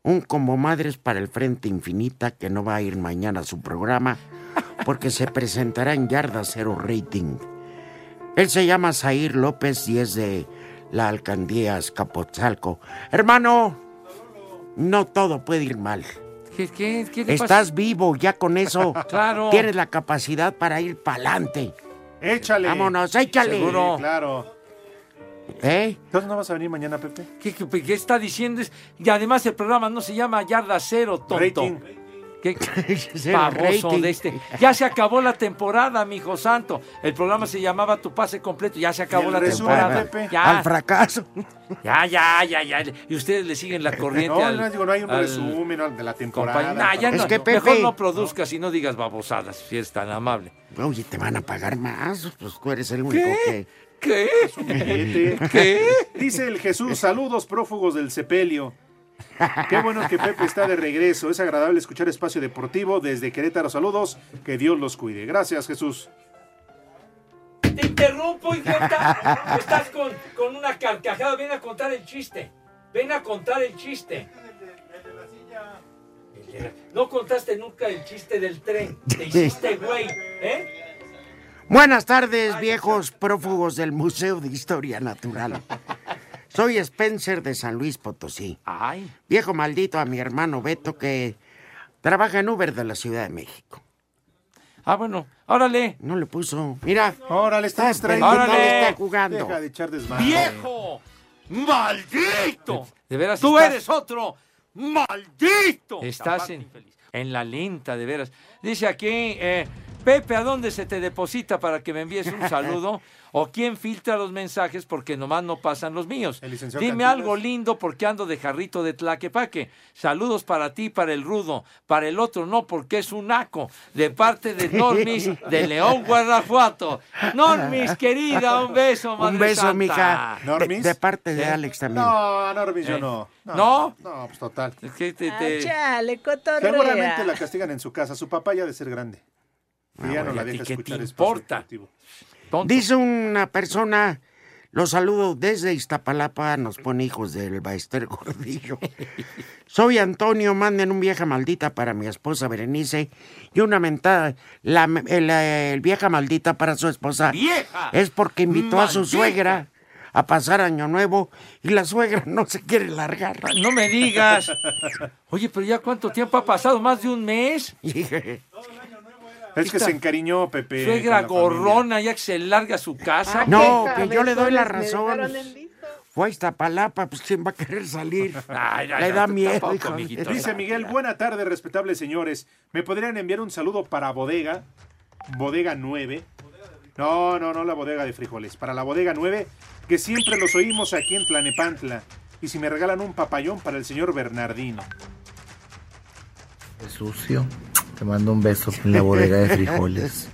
S5: Un como madres para el Frente Infinita que no va a ir mañana a su programa porque se presentará en Yarda Cero Rating. Él se llama Zair López y es de la alcaldía Escapotzalco. Hermano, no todo puede ir mal.
S7: ¿Qué, qué, qué le pasa?
S5: Estás vivo, ya con eso
S7: Claro.
S5: tienes la capacidad para ir pa'lante.
S8: Échale.
S5: Vámonos, échale.
S7: Seguro.
S8: Sí, claro.
S5: ¿Eh?
S8: Entonces no vas a venir mañana, Pepe.
S7: ¿Qué, qué- qué está diciendo? Es- Y además el programa no se llama Yarda Cero, tonto.
S8: Rating.
S7: ¿Qué
S5: Ese
S7: pavoso
S5: rating.
S7: de este? Ya se acabó la temporada, mijo santo. El programa se llamaba Tu Pase Completo. Ya se
S8: Y
S7: acabó
S8: el
S7: la
S8: resumen,
S7: temporada.
S8: Pepe.
S5: Al
S7: Ya,
S5: fracaso.
S7: ya, ya, ya, ya. Y ustedes le siguen la corriente
S8: No,
S7: al,
S8: no, digo, no hay un
S7: al
S8: resumen de la temporada.
S7: compañero. Nah, ya
S5: Es
S7: no,
S5: que,
S7: no,
S5: Pepe-
S7: mejor no produzcas y no digas babosadas, si es tan amable.
S5: Oye, te van a pagar más. Pues tú eres el único
S7: ¿Qué?
S5: que.
S7: ¿Qué?
S8: Billete.
S7: ¿Qué?
S8: Dice el Jesús, saludos prófugos del sepelio. Qué bueno que Pepe está de regreso. Es agradable escuchar Espacio Deportivo desde Querétaro. Saludos, que Dios los cuide. Gracias, Jesús.
S7: Te interrumpo, idiota. Estás con, con una carcajada. Ven a contar el chiste. Ven a contar el chiste. El de- No contaste nunca el chiste del tren. Te hiciste, güey. ¿Eh?
S5: Buenas tardes, viejos prófugos del Museo de Historia Natural. Soy Spencer de San Luis Potosí.
S7: Ay.
S5: Viejo maldito a mi hermano Beto que trabaja en Uber de la Ciudad de México.
S7: Ah, bueno. Órale.
S5: No le puso. Mira,
S8: Órale, está
S5: estás
S8: distraído.
S5: pendiente,
S7: Órale.
S5: está jugando.
S8: Deja de echar desmadre.
S7: ¡Viejo! ¡Maldito! De veras. Tú eres otro. ¡Maldito! Estás en, en la lenta, de veras. Dice aquí, eh, Pepe, ¿a dónde se te deposita para que me envíes un saludo? ¿O quién filtra los mensajes porque nomás no pasan los míos? Dime
S6: Cantinas.
S7: algo lindo porque ando de jarrito de Tlaquepaque. Saludos para ti, para el rudo, para el otro no porque es un naco. De parte de Normis de León, Guanajuato. Normis, querida, un beso, madre
S5: Un beso,
S7: santa.
S5: mija. De, de parte de
S7: ¿Eh?
S5: Alex también.
S8: No, Norbis, yo
S7: Eh.
S8: no. No.
S7: ¿No?
S8: No, pues total.
S20: Ah, chale, cotorrea.
S8: Seguramente la castigan en su casa. Su papá ya ha de ser grande.
S7: Ah,
S8: Y ya no la deja escuchar. espacio deportivo.
S5: Dice una persona, los saludo desde Iztapalapa, nos pone hijos del Baester Gordillo. Soy Antonio, manden un vieja maldita para mi esposa Berenice y una mentada, la, el, eh, el vieja maldita para su esposa.
S7: ¡Vieja
S5: Es porque invitó a su
S7: maldita!
S5: suegra a pasar Año Nuevo y la suegra no se quiere largar.
S7: No me digas. Oye, pero ya cuánto tiempo ha pasado, más de un mes.
S8: Es que se encariñó, Pepe.
S7: Suegra
S8: con la familia.
S7: gorrona, ya que se larga a su casa.
S5: Ah, No, que yo le doy la razón. Fue a Iztapalapa, pues ¿quién va a querer salir? le da miedo, hijo de-
S8: Dice Miguel, buena tarde, respetables señores. ¿Me podrían enviar un saludo para Bodega? Bodega 9. No, no, no la bodega de frijoles. Para la bodega 9, que siempre los oímos aquí en Tlanepantla. Y si me regalan un papayón para el señor Bernardino.
S21: Sucio. Te mando un beso en la bodega de frijoles.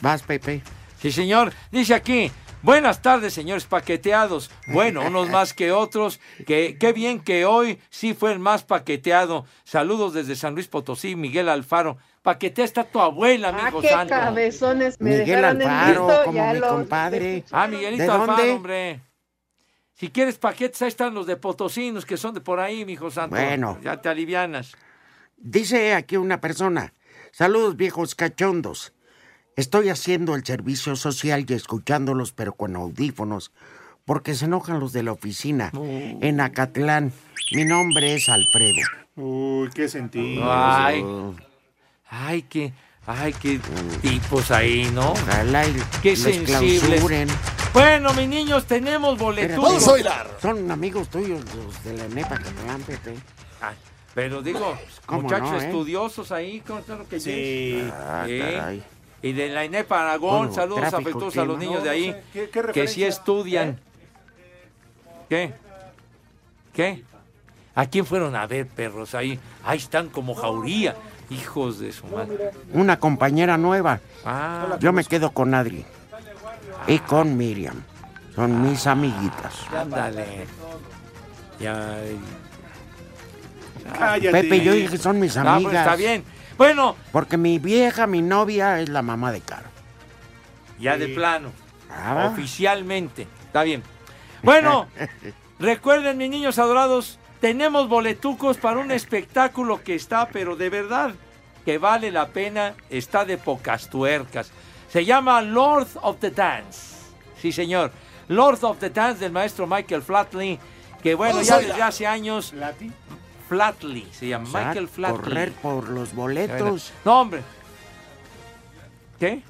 S5: Vas, Pepe.
S7: Sí, señor. Dice aquí. Buenas tardes, señores paqueteados. Bueno, unos más que otros. Que, qué bien que hoy sí fue el más paqueteado. Saludos desde San Luis Potosí, Miguel Alfaro. Paquetea está tu abuela,
S20: Ah,
S7: amigo
S20: qué
S7: santo.
S20: cabezones me
S7: Miguel
S20: dejaron en
S7: Alfaro,
S20: visto,
S7: como
S20: ya
S7: mi
S20: lo-
S5: compadre.
S7: Ah, Miguelito
S5: ¿De
S7: Alfaro,
S5: dónde?
S7: hombre. Si quieres paquetes, ahí están los de Potosinos, que son de por ahí, mijo santo.
S5: Bueno.
S7: Ya te alivianas.
S5: Dice aquí una persona, saludos viejos cachondos. Estoy haciendo el servicio social y escuchándolos, pero con audífonos, porque se enojan los de la oficina. En Acatlán, mi nombre es Alfredo.
S8: Uy, qué sentido.
S7: Ay. Ay, qué, ay, qué
S5: Mm.
S7: tipos ahí, ¿no?
S5: Ojalá y
S7: qué Eh,
S5: los
S7: sensibles.
S5: clausuren.
S7: Bueno, mis niños, tenemos boletudos.
S5: Son amigos tuyos los de la NEPA Acatlán, Pepe.
S7: Ay, Pero digo,
S5: ¿Cómo
S7: muchachos
S5: no, eh?
S7: estudiosos ahí, con- claro que sí.
S5: Ah,
S7: Sí.
S5: caray.
S7: Y de la INEP Aragón,
S5: Bueno,
S7: saludos
S5: tráfico
S7: afectuosos a
S5: tiene.
S7: los niños
S5: No,
S7: de
S5: no
S7: ahí,
S5: sé. ¿Qué- qué
S7: que sí
S5: referencia? Eh.
S7: estudian. ¿Qué? ¿Qué? ¿A quién fueron a ver, perros? Ahí, ahí están como jauría, hijos de su madre.
S5: Una compañera nueva.
S7: Ah,
S5: Yo me quedo con Adri. Y con Miriam. Son mis amiguitas.
S7: ándale. Ya, ah, y-
S5: Pepe y yo dije, son mis
S7: Ah, pues,
S5: amigas.
S7: está bien. Bueno,
S5: Porque mi vieja, mi novia, es la mamá de Caro.
S7: ya de plano.
S5: Ah.
S7: Oficialmente. Está bien. Bueno, recuerden, mis niños adorados, tenemos boletucos para un espectáculo que está, pero de verdad, que vale la pena, está de pocas tuercas. Se llama Lord of the Dance. Sí, señor. Lord of the Dance del maestro Michael Flatley, que bueno,
S5: Vamos
S7: ya
S5: a ir
S7: desde hace años... Flatley, se llama
S5: O sea,
S7: Michael Flatley.
S5: Correr por los boletos.
S7: No, hombre. ¿Qué?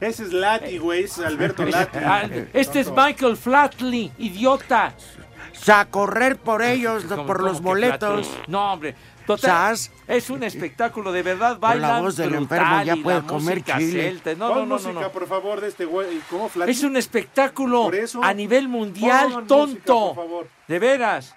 S8: Ese es Lati, güey. ese es Alberto Lati.
S7: Ah, Este es Michael Flatley, idiota.
S5: O sea, correr por ellos,
S7: ¿Cómo-
S5: Pues, por los
S7: cómo que
S5: boletos.
S7: Flatley? No, hombre. Total,
S5: ¿Sas?
S7: Es un espectáculo de verdad.
S5: Con
S7: Bailan
S5: la voz del
S7: brutal
S5: enfermo ya
S7: y la
S5: puede comer
S7: música
S5: chile.
S7: celta.
S8: Pon
S7: No, no, no, no,
S8: música,
S7: no.
S8: por favor, de este güey. ¿Cómo Flaty?
S7: Es un espectáculo
S8: Por eso,
S7: a nivel mundial,
S8: pon música,
S7: tonto.
S8: por favor.
S7: De veras.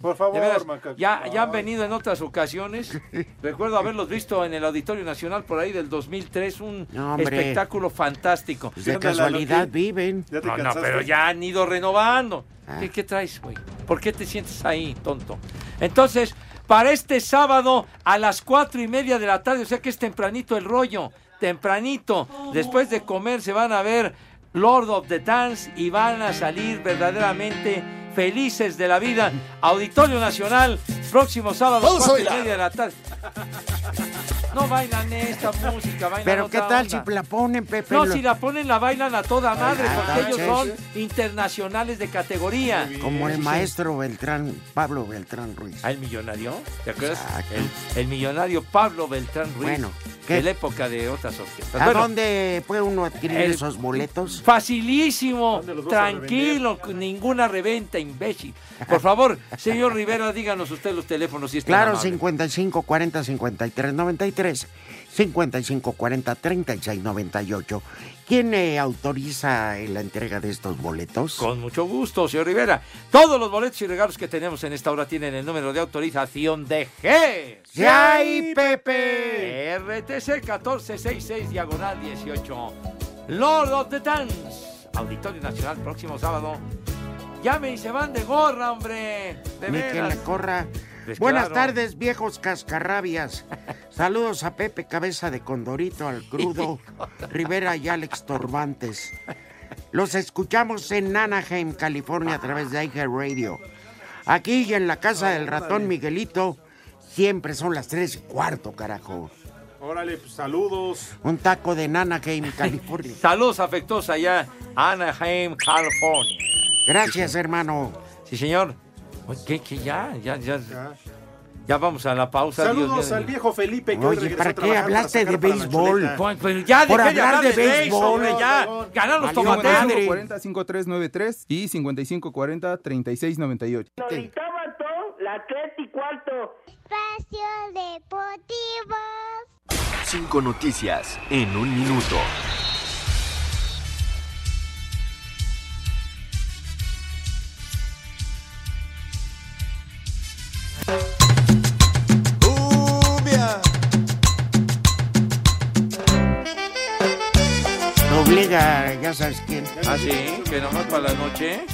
S8: Por favor,
S7: De veras,
S8: macaco.
S7: ya, ya han venido en otras ocasiones. Recuerdo haberlos visto en el Auditorio Nacional por ahí del 2003, un
S5: No, hombre.
S7: espectáculo fantástico.
S5: Pues de casualidad viven.
S7: No, no, pero ya han ido renovando.
S5: Ah.
S7: ¿Qué, qué traes, güey? ¿Por qué te sientes ahí, tonto? Entonces, para este sábado a las cuatro y media de la tarde, o sea que es tempranito el rollo, tempranito, después de comer se van a ver Lord of the Dance y van a salir verdaderamente felices de la vida. Auditorio Nacional, próximo sábado,
S22: Vamos a
S7: cuatro y
S22: bailar.
S7: media de la tarde. No bailan esta música, bailan
S5: Pero qué
S7: otra
S5: tal
S7: onda.
S5: si la ponen, Pepe.
S7: No,
S5: Lo-
S7: si la ponen, la bailan a toda madre,
S5: Ah,
S7: porque ellos son
S5: entonces.
S7: internacionales de categoría.
S5: Como el
S7: Sí, sí.
S5: maestro Beltrán, Pablo Beltrán Ruiz.
S7: Ah, el millonario, ¿te acuerdas? El, el millonario Pablo Beltrán Ruiz,
S5: Bueno,
S7: de la época de otras orquestas.
S5: ¿A
S7: pues Bueno,
S5: dónde puede uno adquirir
S7: el-
S5: esos boletos?
S7: Facilísimo,
S5: ¿Dónde los vas a
S7: tranquilo, con ninguna reventa, imbécil. Por favor, señor Rivera, díganos usted los teléfonos si es tan
S5: Claro,
S7: amable.
S5: 55 40 53 93, 55 40 36 98. ¿Quién eh, autoriza eh, la entrega de estos boletos?
S7: Con mucho gusto, señor Rivera. Todos los boletos y regalos que tenemos en esta hora tienen el número de autorización de G.
S5: ¡Sí hay,
S7: Pepe! RTC 1466, diagonal 18. Lord of the Dance, Auditorio Nacional, próximo sábado. Llamen y se van de gorra, hombre. De
S5: Ni que la
S7: veras.
S5: corra.
S7: Pues
S5: Buenas
S7: claro.
S5: tardes, viejos cascarrabias. Saludos a Pepe Cabeza de Condorito, al crudo Rivera y Alex Torbantes. Los escuchamos en Anaheim, California, a través de iHeartRadio. Radio. Aquí y en la casa del ratón Miguelito, siempre son las tres y cuarto, carajo.
S8: Órale, pues, saludos.
S5: Un taco de Anaheim, California.
S7: Saludos afectuosos allá, Anaheim, California.
S5: Gracias, hermano.
S7: Sí, señor. Oye, ¿Qué, qué? Ya, ya, ya. Ya vamos a la pausa. Dios
S8: Saludos
S7: mío.
S8: al viejo Felipe que hoy
S5: Oye,
S8: regresó
S5: ¿para
S8: a
S5: qué
S8: trabajar para
S5: hablaste de
S8: sacar para la
S5: béisbol?
S8: chuleta.
S7: Pues ya
S5: Por
S7: dejé de
S5: hablar
S7: hablar de
S5: de
S7: béisbol,
S5: béisbol,
S7: hombre, ya. Ganaron los tomateros.
S10: 40-53-93 y 55-40-36-98.
S11: la tres y cuarto. Espacio Deportivo.
S2: Cinco noticias en un minuto.
S5: Te obliga, ya sabes quién. Eh,
S7: Ah, sí, que nomás para la noche.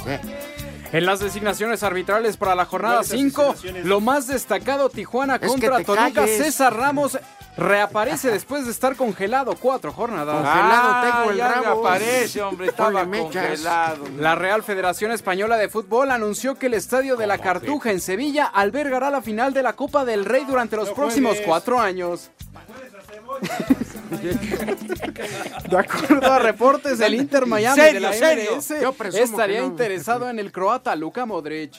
S22: En las designaciones arbitrales para la jornada
S5: Nuevas
S22: 5, lo más destacado Tijuana
S5: Es que
S22: contra
S5: te
S22: Toluca,
S5: calles.
S22: César Ramos reaparece después de estar congelado cuatro jornadas.
S7: Congelado tengo el
S22: ya
S7: rabo.
S22: reaparece, hombre, estaba
S7: Ponle mechas.
S22: congelado. La Real Federación Española de Fútbol anunció que el estadio de la Cartuja en Sevilla albergará la final de la Copa del Rey durante los
S7: No
S22: próximos
S7: juegues.
S22: cuatro años. De acuerdo a reportes del Inter Miami
S7: Serio,
S22: de la
S7: serio.
S22: MLS,
S7: Yo presumo
S22: estaría
S7: que no.
S22: interesado en el croata Luka Modric.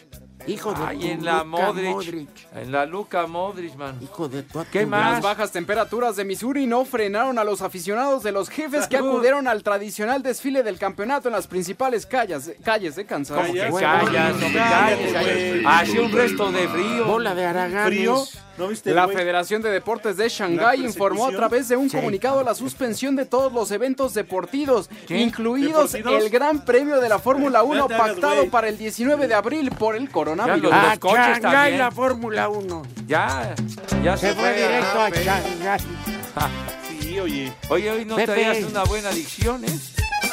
S5: Hijo de
S7: Ay, en la Modric, En la Luca Modric, man.
S5: Hijo de tu
S7: ¿Qué
S22: Las
S7: más?
S22: bajas temperaturas de Missouri no frenaron a los aficionados de los jefes que acudieron al tradicional desfile del campeonato en las principales calles, calles de Kansas.
S7: Como que callas, no me calles. calles. Hace un resto de frío.
S5: Bola de haraganes.
S22: Frío.
S5: ¿No viste,
S22: la
S5: Este güey?
S22: Federación de Deportes de
S5: La
S22: Shanghái
S5: persecución.
S22: informó a través de un
S5: Sí.
S22: comunicado la suspensión de todos los eventos deportivos,
S5: ¿Qué?
S22: incluidos
S5: ¿Deportivos?
S22: el Gran Premio de la Fórmula 1
S5: te hagas,
S22: pactado
S5: güey.
S22: para el 19 de abril por el coronavirus.
S5: Ah, Shanghái, la Fórmula 1.
S7: Ya, ya
S5: Se fue directo a Shanghái.
S7: Sí, oye. Oye, hoy no
S5: Pepe.
S7: traías una buena adicción, ¿eh?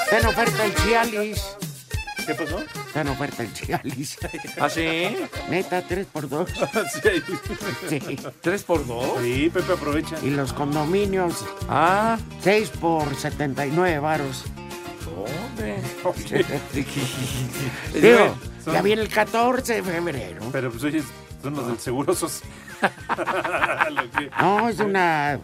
S5: Ten oferta el Cialis.
S8: ¿Qué pasó?
S5: Ten oferta el Cialis.
S7: ¿Ah, sí?
S5: Neta, 3 por 2 Sí.
S7: ¿Tres por dos?
S8: Sí, Pepe aprovecha.
S5: Y los condominios.
S7: Ah.
S5: 6 por 79 varos.
S7: Hombre.
S5: Digo, ya viene el 14 de febrero.
S8: Pero pues oye, son los del seguro social. Lo que-
S5: No, es una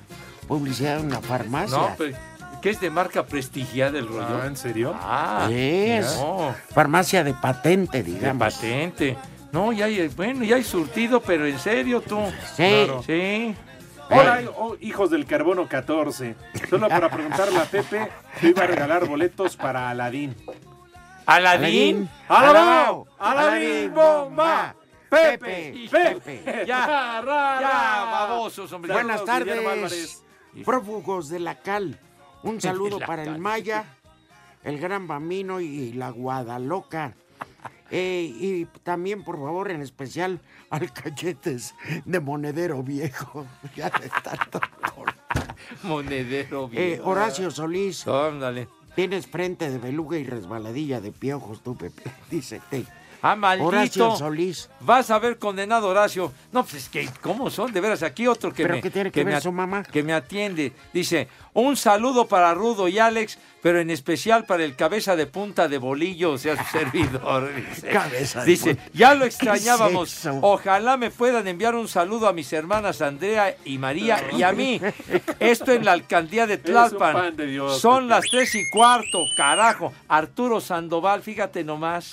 S5: publicidad de una farmacia.
S7: No, pues. pero ¿qué es de marca prestigiada el rollo?
S8: Ah, ¿en serio?
S7: Ah,
S5: es
S7: no,
S5: farmacia de patente,
S7: de
S5: digamos.
S7: patente. No, ya hay, bueno, ya hay surtido, pero en serio tú.
S5: Sí. Claro.
S7: Sí.
S8: Hola, oh, hijos del carbono 14. Solo para preguntarle a Pepe, yo iba a regalar boletos para Aladín.
S7: ¿Aladín?
S8: ¡Alabao! ¡Aladín!
S7: bomba!
S5: Pepe,
S7: Pepe. Ya, ya, babosos, hombre.
S5: Buenas
S7: Saludos, Guillermo
S5: tardes,
S7: Álvarez.
S5: prófugos de la cal. Un saludo
S7: La
S5: para el
S7: cal.
S5: Maya, el Gran Bambino y la Guadaloca. Eh, y también, por favor, en especial al Cachetes de Monedero Viejo. Ya de tanto color.
S7: Monedero
S5: Eh,
S7: viejo.
S5: Horacio Solís.
S7: Ándale.
S5: Tienes frente de beluga y resbaladilla de piojos, tú, Pepe. Dice, te.
S7: Ah, maldito.
S5: Horacio Solís.
S7: Vas a ver condenado Horacio. No, pues es que, ¿cómo son? De veras, aquí otro que
S5: ¿Pero
S7: me...
S5: qué tiene que ver
S7: me at-
S5: su mamá?
S7: Que me atiende. Dice, un saludo para Rudo y Alex, pero en especial para el cabeza de punta de bolillo, o sea, su servidor. Dice,
S5: Cabeza de
S7: Dice,
S5: punta.
S7: ya lo
S5: ¿Qué
S7: extrañábamos.
S5: es eso?
S7: Ojalá me puedan enviar un saludo a mis hermanas Andrea y María y a mí. Esto en la alcaldía de
S6: Eres un
S7: Tlalpan.
S6: pan de Dios,
S7: Son las tres y cuarto, carajo. Arturo Sandoval, fíjate nomás.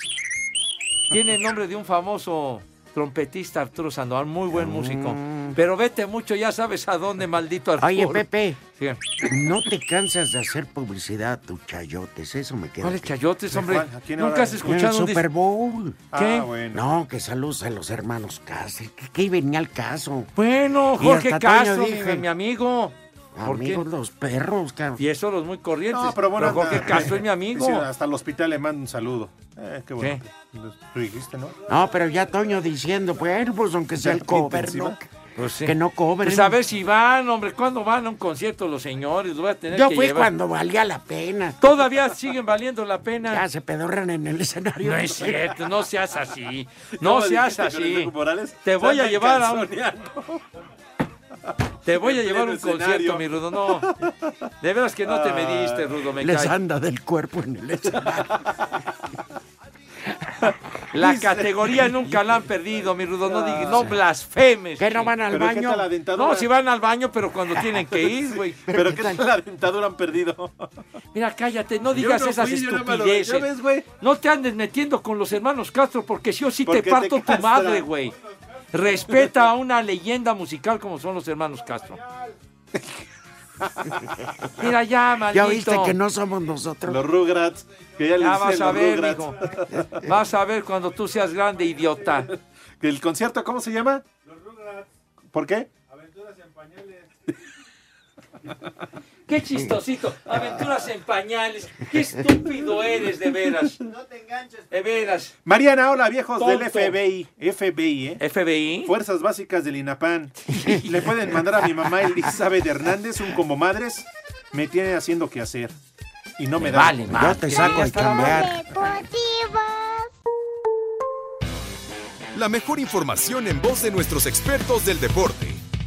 S7: Tiene el nombre de un famoso trompetista, Arturo Sandoval, muy
S5: Mm.
S7: buen músico. Pero vete mucho, ya sabes a dónde, maldito Arturo.
S5: Oye, Pepe.
S7: Sí.
S5: No te cansas de hacer publicidad a tus chayotes, eso me queda.
S7: ¿Cuáles
S5: claro.
S7: chayotes, hombre?
S5: ¿De cuál? ¿A quién
S7: Nunca
S5: ahora?
S7: has
S5: En
S7: escuchado un
S5: el
S7: dis-
S5: Super Bowl.
S7: Ah, ¿Qué? bueno.
S5: No, que saludos a los hermanos Castro. Que, que venía al caso.
S7: Bueno,
S5: Y
S7: Jorge
S5: hasta Toño
S7: Castro,
S5: dije,
S7: mi, mi amigo. ¿Por qué?
S5: Amigos los perros, cabrón.
S7: Y eso los muy corrientes.
S8: No, pero bueno.
S7: Jorge
S8: anda,
S7: Castro es mi
S8: sí,
S7: amigo.
S8: hasta el hospital le mando un saludo. Eh, qué bueno. Tú dijiste, ¿no?
S5: No, pero ya Toño diciendo, bueno, pues aunque sea el cover,
S8: Intensiva.
S5: ¿no?
S7: Pues sí.
S5: Que no cobren.
S7: Pues a ver si van, hombre, ¿cuándo van a un concierto los señores? Los voy a tener
S5: Yo
S7: que
S5: fui
S7: llevar.
S5: cuando valía la pena.
S7: Todavía siguen valiendo la pena.
S5: Ya se pedorran en el escenario.
S7: No es cierto, no seas así.
S5: ¿Cómo
S7: No seas
S5: dijiste con el
S7: así.
S5: Diego Morales?
S7: Te voy a
S5: Andan
S7: llevar a un,
S6: calzoneando.
S7: te voy a
S6: En
S7: llevar
S6: pleno
S7: un concierto,
S6: escenario.
S7: mi Rudo. No. De veras que no te mediste, Rudo, me
S5: Les
S7: cae.
S5: anda del cuerpo en el escenario.
S7: La
S5: Dice-
S7: categoría nunca la han perdido, mi Rudo. No, dig- no blasfemes.
S5: ¿Que no van al ¿Pero qué baño? tal la dentadura?
S7: No, si van al baño, pero cuando tienen que ir, güey.
S8: Pero qué tal la dentadura han perdido.
S7: Mira, cállate, no
S8: Yo
S7: digas
S8: no
S7: esas
S8: fui, yo nada más lo- ya
S7: estupideces.
S8: ves,
S7: no te andes metiendo con los hermanos Castro porque sí o sí te
S8: Porque te
S7: parto tu
S8: castran.
S7: madre, güey. Respeta a una leyenda musical como son los hermanos Castro. Mira ya, maldito.
S5: Ya viste que no somos nosotros.
S8: Los Rugrats. Que ya, le
S7: Ya
S8: dicen
S7: vas a
S8: los
S7: ver,
S8: Rugrats.
S7: mijo. Vas a ver cuando tú seas grande, idiota.
S8: ¿El concierto cómo se llama? ¿Por qué?
S7: Qué chistosito. Aventuras en pañales. Qué estúpido eres, de veras. No te enganches. De veras.
S8: Mariana, hola viejos del
S7: Tonto.
S8: FBI. FBI, ¿eh?
S7: FBI.
S8: Fuerzas Básicas del INAPAN. Le pueden mandar a mi mamá Elizabeth Hernández un como madres. Me tiene haciendo que hacer. Y no me da.
S5: vale, madre. Yo te saco de chambear.
S1: La mejor información en voz de nuestros expertos del deporte.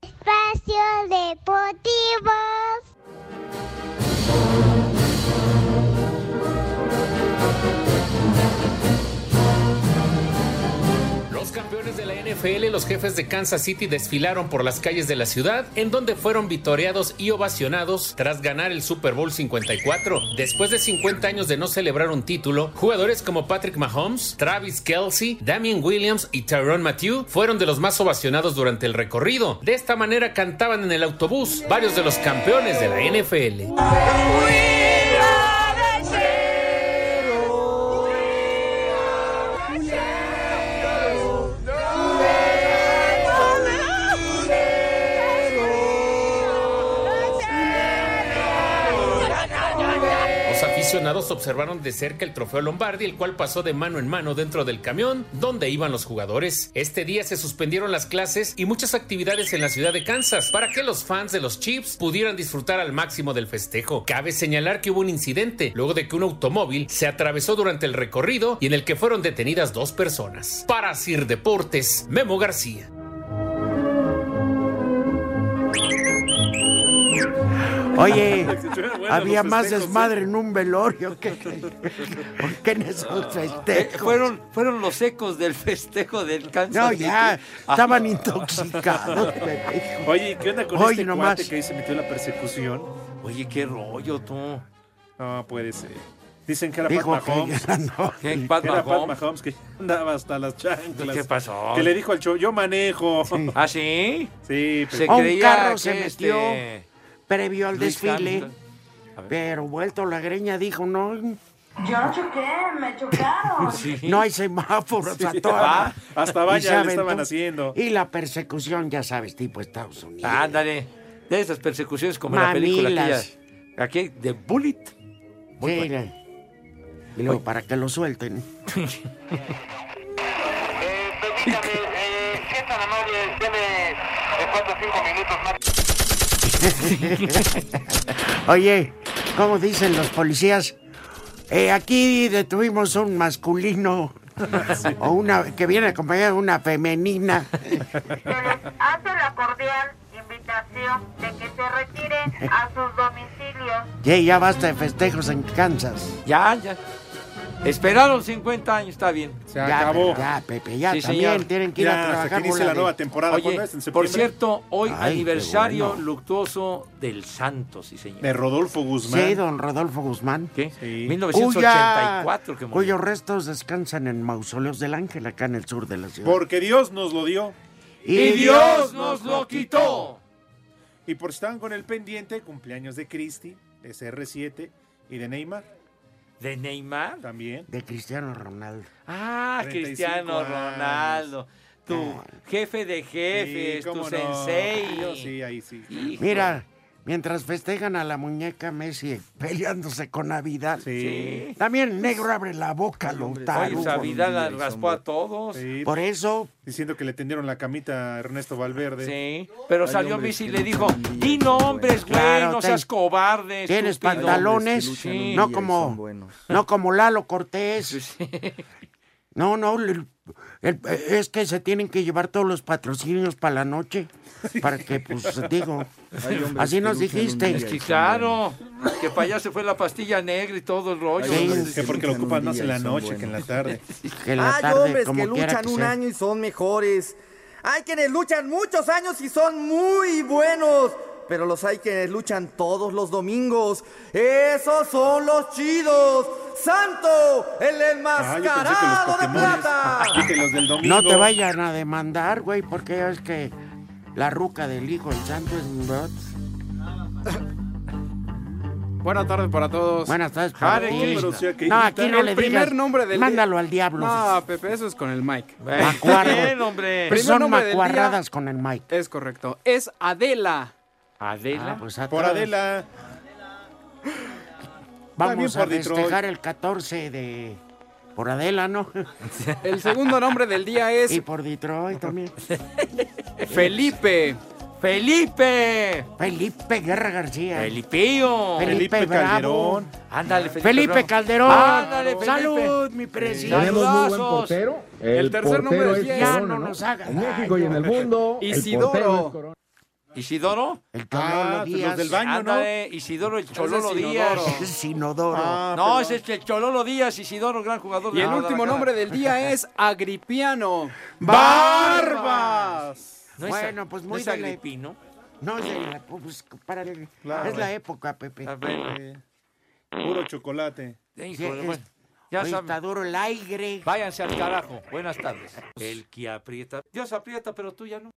S11: Espacio Deportivo.
S12: Los campeones de la NFL, los jefes de Kansas City, desfilaron por las calles de la ciudad, en donde fueron vitoreados y ovacionados tras ganar el Super Bowl 54. Después de 50 años de no celebrar un título, jugadores como Patrick Mahomes, Travis Kelsey, Damien Williams y Tyrone Matthew fueron de los más ovacionados durante el recorrido. De esta manera cantaban en el autobús varios de los campeones de la NFL. Los aficionados observaron de cerca el trofeo Lombardi, el cual pasó de mano en mano dentro del camión donde iban los jugadores. Este día se suspendieron las clases y muchas actividades en la ciudad de Kansas para que los fans de los Chiefs pudieran disfrutar al máximo del festejo. Cabe señalar que hubo un incidente luego de que un automóvil se atravesó durante el recorrido y en el que fueron detenidas dos personas. Para Sir Deportes, Memo García.
S5: Oye,
S3: Se estuvieron
S8: pues
S3: buenos
S5: había
S3: los
S5: más
S3: festejos,
S5: desmadre en un velorio que, que- que en esos
S8: Ah,
S7: Eh,
S5: festejos.
S7: fueron, fueron los ecos del festejo del Kansas
S5: No,
S7: City.
S5: ya, estaban
S7: Ah.
S5: intoxicados, bebé.
S8: Oye, ¿y ¿qué onda con
S5: Oye,
S8: este
S5: nomás.
S8: cuate que ahí se metió en la persecución?
S7: Oye, qué rollo tú.
S8: No, puede ser. Dicen que era
S5: Dijo
S8: Pat
S5: que
S8: Mahomes.
S5: ya no.
S7: ¿Qué,
S8: Que
S7: Pat
S8: era Pat
S7: Mahomes?
S8: Mahomes que andaba hasta las chanclas.
S7: ¿Qué pasó?
S8: Que le dijo al show, yo manejo.
S7: ¿Ah, sí?
S8: Sí, pero-
S7: Se
S5: A un
S7: creía
S5: carro
S7: que
S5: se
S7: este-
S5: metió previo al
S7: Luis
S5: desfile,
S7: Hamilton.
S5: pero vuelto la greña dijo, no,
S9: Yo no choqué, me chocaron.
S5: No hay semáforos
S8: Sí.
S5: a toda
S8: Ah, hasta vaya
S5: Y se
S8: le estaban
S5: aventó.
S8: haciendo.
S5: Y la persecución, ya sabes, tipo Estados Unidos.
S7: Ándale. De esas persecuciones como en la película
S5: Mamilas.
S7: aquella. Aquí, de Bullet.
S5: Sí, la- Y luego, para que lo suelten.
S21: Eh,
S5: Oye, ¿cómo dicen los policías? Eh, aquí detuvimos un masculino o una que viene acompañado de una femenina.
S9: Hace la cordial invitación de que se retiren a sus domicilios.
S5: Ye, ya basta de festejos en Kansas.
S7: Ya, ya. Esperaron 50 años, está bien. Se
S5: Ya, acabó. Pepe, ya, Pepe, ya, también tienen que ir a Ya, hasta trabajar que inicie la bola de- nueva temporada,
S7: Oye,
S5: ¿cuándo Ah, es? ¿En
S7: por
S5: septiembre?
S7: cierto, hoy
S5: Ay, qué
S7: aniversario
S5: bueno.
S7: luctuoso del santo, sí señor.
S5: De Rodolfo Sí, don Rodolfo Guzmán.
S7: ¿Qué? 1984
S5: Cuya-
S7: que murió.
S5: cuyos restos descansan en mausoleos del Ángel, acá en el sur de la ciudad.
S8: Porque Dios nos lo dio.
S5: Y Y Dios Dios nos
S8: lo quitó. Y por si estaban con el pendiente, cumpleaños de Cristi, de CR7 y de Neymar.
S7: ¿De Neymar?
S8: También.
S5: De Cristiano Ronaldo.
S7: Ah,
S8: 35
S7: Cristiano
S8: años.
S7: Ronaldo. Tu jefe de jefes,
S8: Sí,
S7: tu
S8: cómo no.
S7: sensei.
S8: Yo sí, ahí sí.
S7: Hijo.
S5: Mira, mientras festejan a la muñeca Messi peleándose con Navidad.
S7: Sí.
S5: También negro abre la boca, lo
S7: Oye, pues, a Vidal la raspó a todos.
S5: Por eso.
S8: Diciendo que le tendieron la camita a Ernesto Valverde.
S7: Sí. Pero salió Messi y le dijo, di nombres, güey,
S8: Claro,
S7: no
S8: te-
S7: seas cobarde.
S5: Tienes
S7: estúpido".
S5: pantalones,
S7: Sí.
S5: no como no como Lalo Cortés. No, no, el- el- es que se tienen que llevar todos los patrocinios para la noche, para que, pues, digo,
S7: Hay hombres
S5: así
S7: que
S5: nos
S7: luchan un
S5: dijiste.
S7: día y Es que claro, que para allá se fue la pastilla negra y todo el rollo.
S8: Que porque lo ocupan más en la noche que en la tarde.
S21: Hay hombres que luchan un año y son mejores. Hay quienes luchan muchos años y son muy buenos. Pero los hay quienes luchan todos los domingos. Esos son los chidos. Santo, el
S8: Ah,
S21: enmascarado de plata.
S5: No te vayan a demandar, güey, porque ya es que la ruca del hijo del santo es un bot.
S22: Pues, Buenas tardes para todos.
S5: Buenas tardes para
S22: Hare
S5: ti.
S22: Krishna.
S5: Pero, o sea, que- No, aquí no
S22: El
S5: le
S22: primer
S5: digas.
S22: nombre del
S5: Mándalo
S22: día-
S5: al diablo.
S22: No, Pepe, eso es con el Mike.
S5: Macuarro.
S22: Primer
S5: Son
S22: nombre del día-
S5: macuarradas con el Mike.
S22: Es correcto. Es Adela.
S7: Adela.
S5: Ah, pues a
S22: Por
S5: todos.
S22: Adela.
S5: Vamos
S22: También
S5: a
S22: por Detroit.
S5: festejar el 14 de... Por Adela, ¿no?
S22: El segundo nombre del día es
S5: Y por Detroit también.
S22: Felipe.
S7: Felipe.
S5: Felipe Guerra García.
S7: Felipeo.
S5: Felipe, Bravo.
S7: Ándale, Felipe,
S5: Felipe
S7: Bravo.
S5: Calderón.
S7: Ándale, Felipe.
S5: Salud, mi presidente.
S7: Tenemos muy buen
S5: portero.
S22: El tercer nombre del día
S5: Ya no nos hagas. daño.
S22: Isidoro.
S7: ¿Isidoro?
S5: El
S8: Ah, pues
S22: Chololo Díaz.
S7: los del baño, Ándale, Isidoro, el Chololo Díaz.
S5: Sinodoro.
S7: no, ese es el Chololo Díaz, Isidoro, gran jugador.
S22: Y el último nombre del día es Agripiano.
S5: ¡Barbas!
S7: No es ag-
S5: bueno, pues
S7: no
S5: muy
S7: es
S5: de la-
S7: Agripino.
S5: No, es de la- pues, para el-
S8: Claro.
S5: es la época, Pepe.
S8: Eh, Puro chocolate.
S7: Ah, Híjole,
S5: Sí,
S7: bueno,
S5: es-
S7: ya
S5: hoy
S7: saben.
S5: está duro el aire.
S7: Váyanse al carajo. Buenas tardes. El que aprieta. Dios aprieta, pero tú ya no.